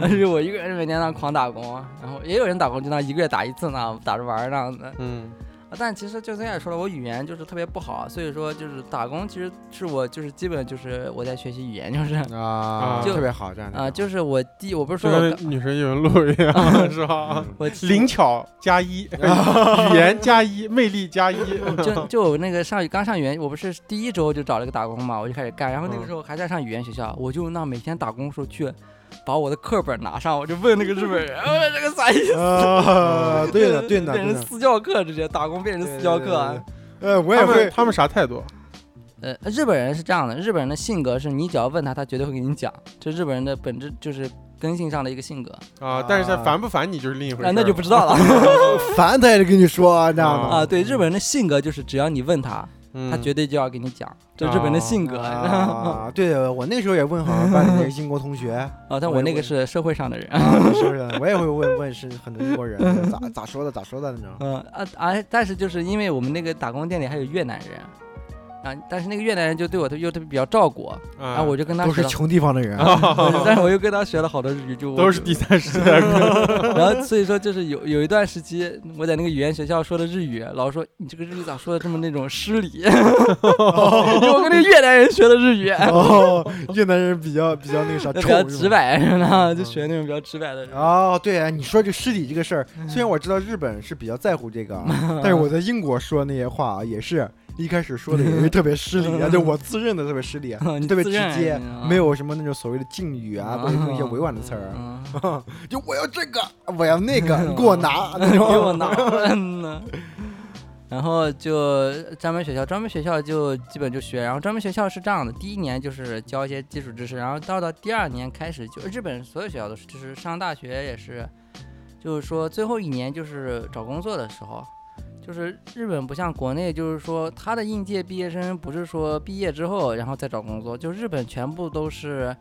但 是我一个人每天那狂打工，啊然后也有人打工，就那一个月打一次呢，打着玩儿那样子。
嗯，
啊但其实就像也说了，我语言就是特别不好，啊所以说就是打工其实是我就是基本就是我在学习语言，就是
啊，
就
特别好这样的
啊，就是我第我不是
就
说嗯我
跟
刚
女神异闻录一样， 是吧？
我
灵巧加一，
嗯
语言加一，魅力加一。
就 就我那个上刚上语言，我不是第一周就找了个打工嘛，我就开始干，然后那个
嗯
时候还在上语言学校，我就那每天打工的时候去把我的课本拿上，我就问那个日本人，呃，这个啥意思？
啊，对的对
变
的对
成
的，
私教课，直接打工变成私教课。啊
呃，我也
他们
会，
他们啥态度？
呃，日本人是这样的，日本人的性格是你只要问他，他绝对会给你讲，这日本人的本质就是根性上的一个性格
啊，但是在
啊
烦不烦你就是另一回事
啊，
儿。
那就不知道了
烦他也得跟你说啊，这样的
啊。对，日本人的性格就是只要你问他，
嗯，
他绝对就要给你讲，这是日本人的性 格。
啊，对的，我那个时候也问好像班里那个英国 同学，
啊，但
我
我
也
那个
会
是社会上的人。
啊是不是？我也会问问是很多英 国人咋咋说的咋说的那种。
嗯啊啊！但是就是因为我们那个打工店里还有越南人，啊，但是那个越南人就对我特又特别比较照顾，然
啊
后我就跟他
都
学
是
了，
穷地方的人，
但是我又跟他学了好多日语，就我
都是第三世界的 人。
然后所以说就是有有一段时期我在那个语言学校说的日语，老师说你这个日语咋说的这么那种失礼， 我跟那个越南人学的日语，
哦，越南人比较比较那个啥，
比
臭
较
是
直
吧。嗯
白，然后就学那种比较直白的人。
哦，对啊，你说这尸体这个事儿，
嗯
虽然我知道日本是比较在乎这个啊， 但是我在英国说那些话啊，也是一开始说的也是特别失礼 啊，就我自认的特别失礼啊，
你
特别
自啊
直
认
接
你知道，吗
没有什么那种所谓的敬语啊，或者说 一些委婉的词儿，啊
嗯
就我要这个，我要那个，你给我拿， 那
给
种
我拿嗯呐。然后就专门学校，专门学校就基本就学，然后专门学校是这样的，第一年就是教一些基础知识，然后到到第二年开始就日本所有学校都是，就是上大学也是，就是说最后一年就是找工作的时候，就是日本不像国内，就是说他的应届毕业生不是说毕业之后然后再找工作，就日本全部都是，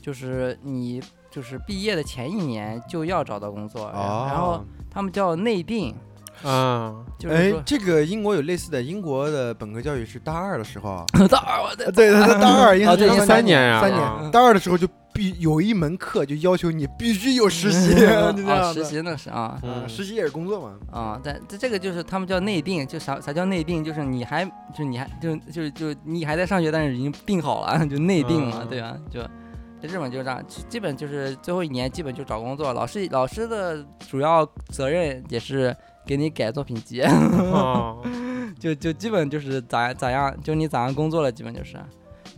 就是你就是毕业的前一年就要找到工作，然啊后然后。他们叫内定，
啊，
就是
哎
说，
这个英国有类似的，英国的本科教育是大二的时候啊，
大二我的
对，他在大 二，因为
啊对
他们
三年呀
三
啊
年，大二的时候就必有一门课就要求你必须有 实习，你知
啊，
道
实
吗？
习那是啊
啊，
嗯
实习也是工作嘛。
啊，但这这个就是他们叫内定，就啥啥叫内定，就是你还就你还就就就你还在上学，但是已经定好了， 就内定了，
嗯
对吧？就在日本就这样，基基本就是最后一年基本就找工作，老师老师的主要责任也是。给你改作品集，
啊
就就基本就是咋咋样，就你咋样工作了，基本就是。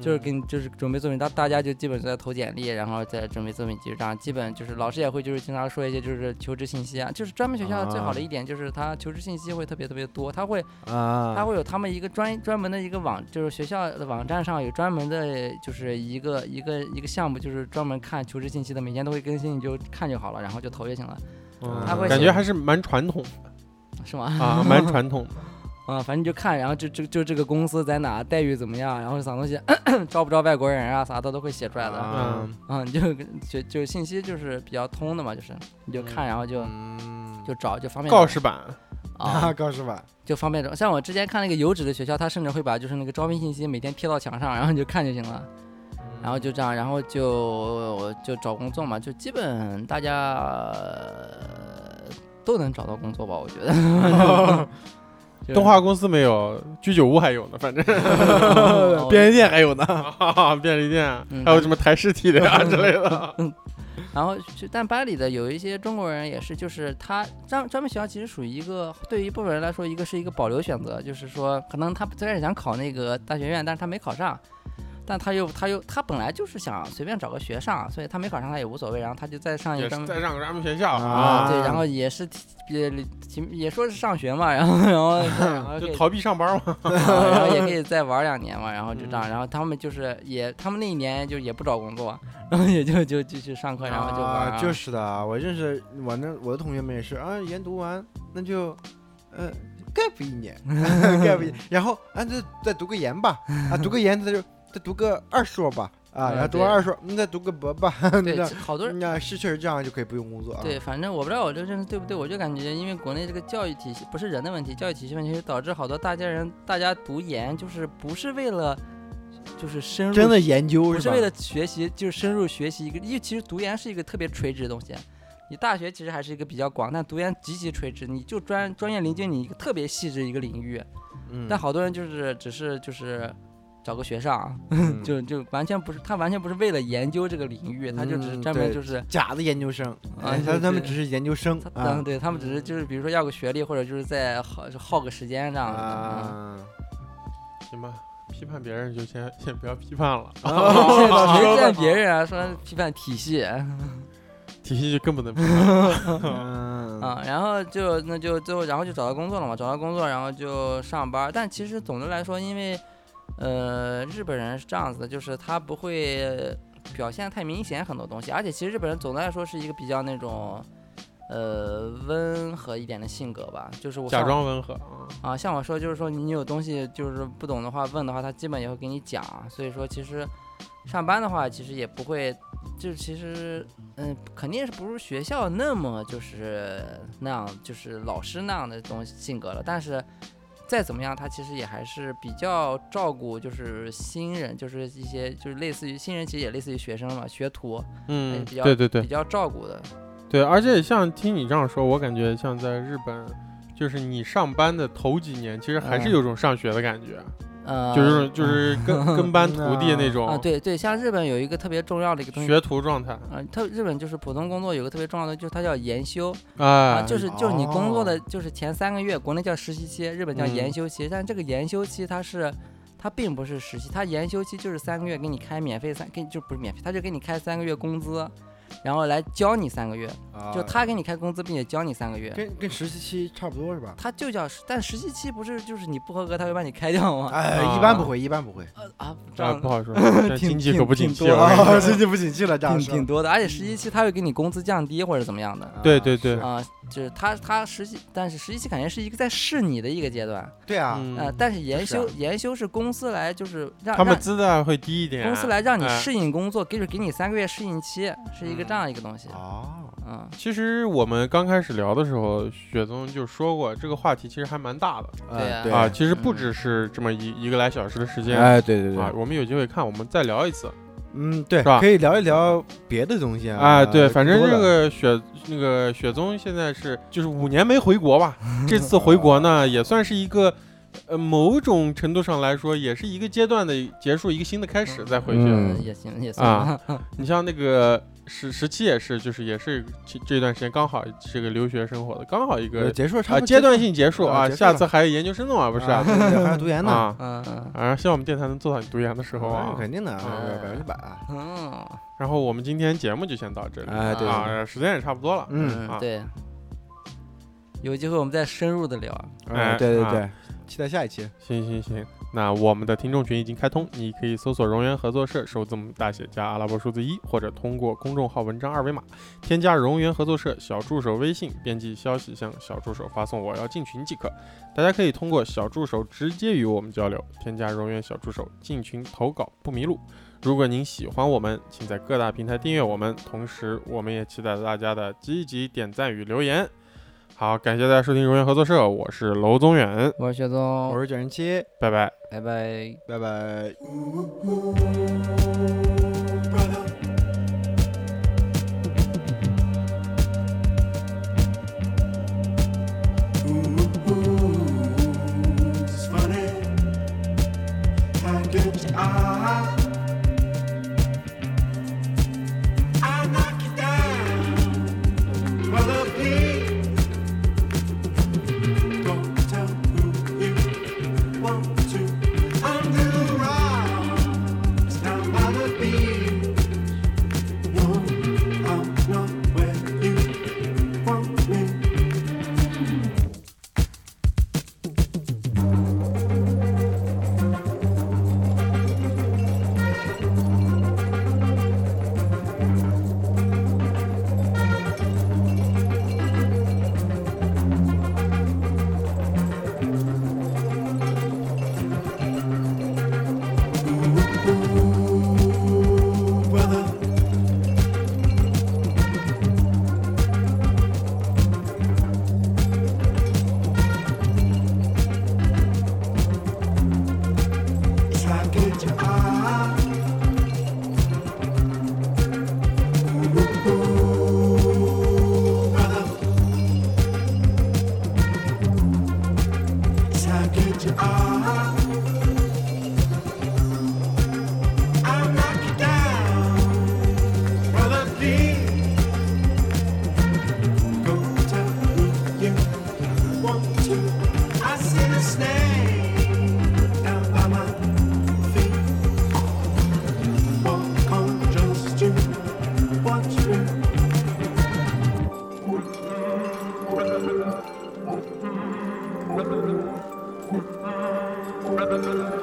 就是给你就是准备作品，大大家就基本都在投简历，然后再准备作品集章，基本就是老师也会就是经常说一些就是求职信息啊，就是专门学校最好的一点就是它求职信息会特别特别多，它会
啊，
它会有他们一个专专门的一个网，就是学校的网站上有专门的就是一个一个一个项目，就是专门看求职信息的，每天都会更新，你就看就好了，然后就投就行了，
嗯
他会
感觉
写
还是蛮传统
是吗？
啊，蛮传统 的。
啊、反正就看，然后就就就这个公司在哪，待遇怎么样，然后啥东西 招不招外国人啊，啥的都会写出来的。
啊
啊、
嗯，
你就就就信息就是比较通的嘛，就是你就看，然后就
嗯，
就找，就方便找
告示板
啊，
告示板，
就方便找。像我之前看那个有纸的学校，他甚至会把就是那个招聘信息每天贴到墙上，然后你就看就行了。然后就这样，然后就就找工作嘛，就基本大家呃都能找到工作吧，我觉得。 就是
动画公司没有，居酒屋还有呢，反正
哦
便利店还有呢，
便利店
嗯
还有什么台式体的呀之类的。
然后就但班里的有一些中国人也是，就是他专专门学校其实属于一个对于一部分人来说，一个是一个保留选择，就是说可能他最开始想考那个大学院，但是他没考上，但他又他又他本来就是想随便找个学上，所以他没考上他也无所谓，然后他就再上一
也
个
是
专门
再上个专门学校
啊
对，然后也是提也也说是上学嘛，然后然 后然后可
就
以
逃避上班嘛。
啊然后也可以再玩两年嘛，然后就这样，
嗯
然后他们就是也他们那一年就也不找工作，然后也就就就去上课，然后就玩
啊
啊，
就是的，我认识我那我的同学们也是啊，研读完那就，呃，gap 一 年，gap 一年，然后啊就再读个研吧，啊读个研再就再读个二硕吧， 啊，
嗯
然后读
对
完二硕，嗯再读个博吧，
对
那，
好多人。
那是确实这样就可以不用工作啊，
对，反正我不知道我这个认识对不对，我就感觉因为国内这个教育体系不是人的问题，教育体系问题导致好多大家人大家读研就是不是为了就是深入
真的研究
不是
吧
为了学习，就是深入学习一个，因为其实读研是一个特别垂直的东西。你大学其实还是一个比较广，但读研极其垂直，你就专专业临近你一个特别细致一个领域。
嗯
但好多人就是只是就是找个学上，啊
嗯
就就完全不是他完全不是为了研究这个领域，他就只是
嗯
专门
对
就是
假的研究生，
啊
哎他
对
他们
对
只是研究生
他嗯，
啊
对他们只是就是比如说要个学历，或者就是在耗耗个时间这样子。嗯
啊，
行吧，批判别人就先 先不要批判了，
对
啊
老
说
批
吧
判别人啊，说批判体系，
体系就更 不能批判了。
嗯
啊，然后就那就最后然后就找到工作了嘛，找到工作然后就上班儿。但其实总的来说，因为呃日本人是这样子的，就是他不会表现太明显很多东西，而且其实日本人总的来说是一个比较那种呃温和一点的性格吧，就是我
假
上
装温和啊，
啊，像我说就是说你有东西就是不懂的话问的话，他基本也会给你讲，啊所以说其实上班的话其实也不会，就是其实嗯肯定是不如学校那么就是那样就是老师那样的东西性格了，但是。再怎么样，他其实也还是比较照顾，就是新人，就是一些就是类似于新人，其实也类似于学生嘛，学徒
嗯，
哎比较
对对对
比，较照顾的。
对，而且像听你这样说，我感觉像在日本，就是你上班的头几年，其实还是
嗯
有种上学的感觉，
呃，
就是就是 跟跟班徒弟那种
嗯啊，对对，像日本有一个特别重要的一个东西，
学徒状态，
嗯，特日本就是普通工作有个特别重要的，就是它叫研修啊，
哎，
就是就是你工作的
哦
就是前三个月，国内叫实习期，日本叫
嗯
研修期，但这个研修期它是。它并不是实习，它研修期就是三个月，给你开免费三，给就不是免费，他就给你开三个月工资，然后来教你三个月，就
啊
他给你开工资，并且教你三个月，
跟跟实习期差不多是吧？
他就叫实，但实习期不是就是你不合格他会把你开掉吗？
哎，
啊
一般不会，一般不会。
啊，这
啊
样
不好 说，这
挺
经济可
挺
不景
挺
气，
多
我跟你
的
说
啊，最近 不景气了，这样
挺
说
挺多的，而且实习期他会给你工资降低或者怎么样的，
对对对
啊
啊、就是他他实习，但是实习期感觉是一个在试你的一个阶段，
是对啊，
嗯
呃，但是研
是啊
修研修是公司来就是让
他们
让
姿态会低一点，
公司来让你
哎
适应工作，给给你三个月适应期，是一个
嗯
这样一个东西，
哦，
嗯
其实我们刚开始聊的时候，雪宗就说过这个话题其实还蛮大的
对啊
哎对
啊，，其实不
嗯
只是这么一一个来小时的时间啊，
哎，对对对，
我们有机会看我们再聊一次。
嗯，对
是吧，
可以聊一聊别的东西啊。
哎，对，反正
多
这
了
个雪那个雪宗现在是就是五年没回国吧，这次回国 呢也算是一个。呃，某种程度上来说，也是一个阶段的结束，一个新的开始，再回去。
嗯
啊 也行也算吧，
你像那个十十七也是，就是也是这这段时间刚好这个留学生活的刚好一
呃
个
结束了差
啊
不多
阶段性结束
啊
啊，
结束
下
了
次还有研究生弄啊，不是
啊
啊
对对对还有读研呢，
啊
嗯嗯
啊，希望我们电台能做到你读研的时候
啊
啊。
肯定的，
啊
百分之百啊，
嗯
然后我们今天节目就先到这里
哎对，对
啊，时间也差不多了，
嗯，
啊
对。有机会我们再深入的聊啊。
哎
嗯对对
啊
对，期待下一期，
行行行，那我们的听众群已经开通，你可以搜索“荣源合作社”，首字母大写加阿拉伯数字一，或者通过公众号文章二维码添加“荣源合作社”小助手微信，编辑消息向小助手发送“我要进群”即可。大家可以通过小助手直接与我们交流，添加荣源小助手进群投稿不迷路。如果您喜欢我们，请在各大平台订阅我们，同时我们也期待大家的积极点赞与留言。好，感谢大家收听荣源合作社，我是娄宗远，
我是雪宗
我，是九人七，
拜拜。
拜拜。
拜拜。
It's funny how good you are. I'll knock you down, brother. Please don't tell who you want to. I'm the rock. It's not by the beat. No, I'm not where you want me. brother. It's like a job. Ooh, brother. It's like a job. I'll knock you down, brother. Please go tell who you want to. I see the snake down by my feet. Walk on just to watch me. Brother, brother, brother.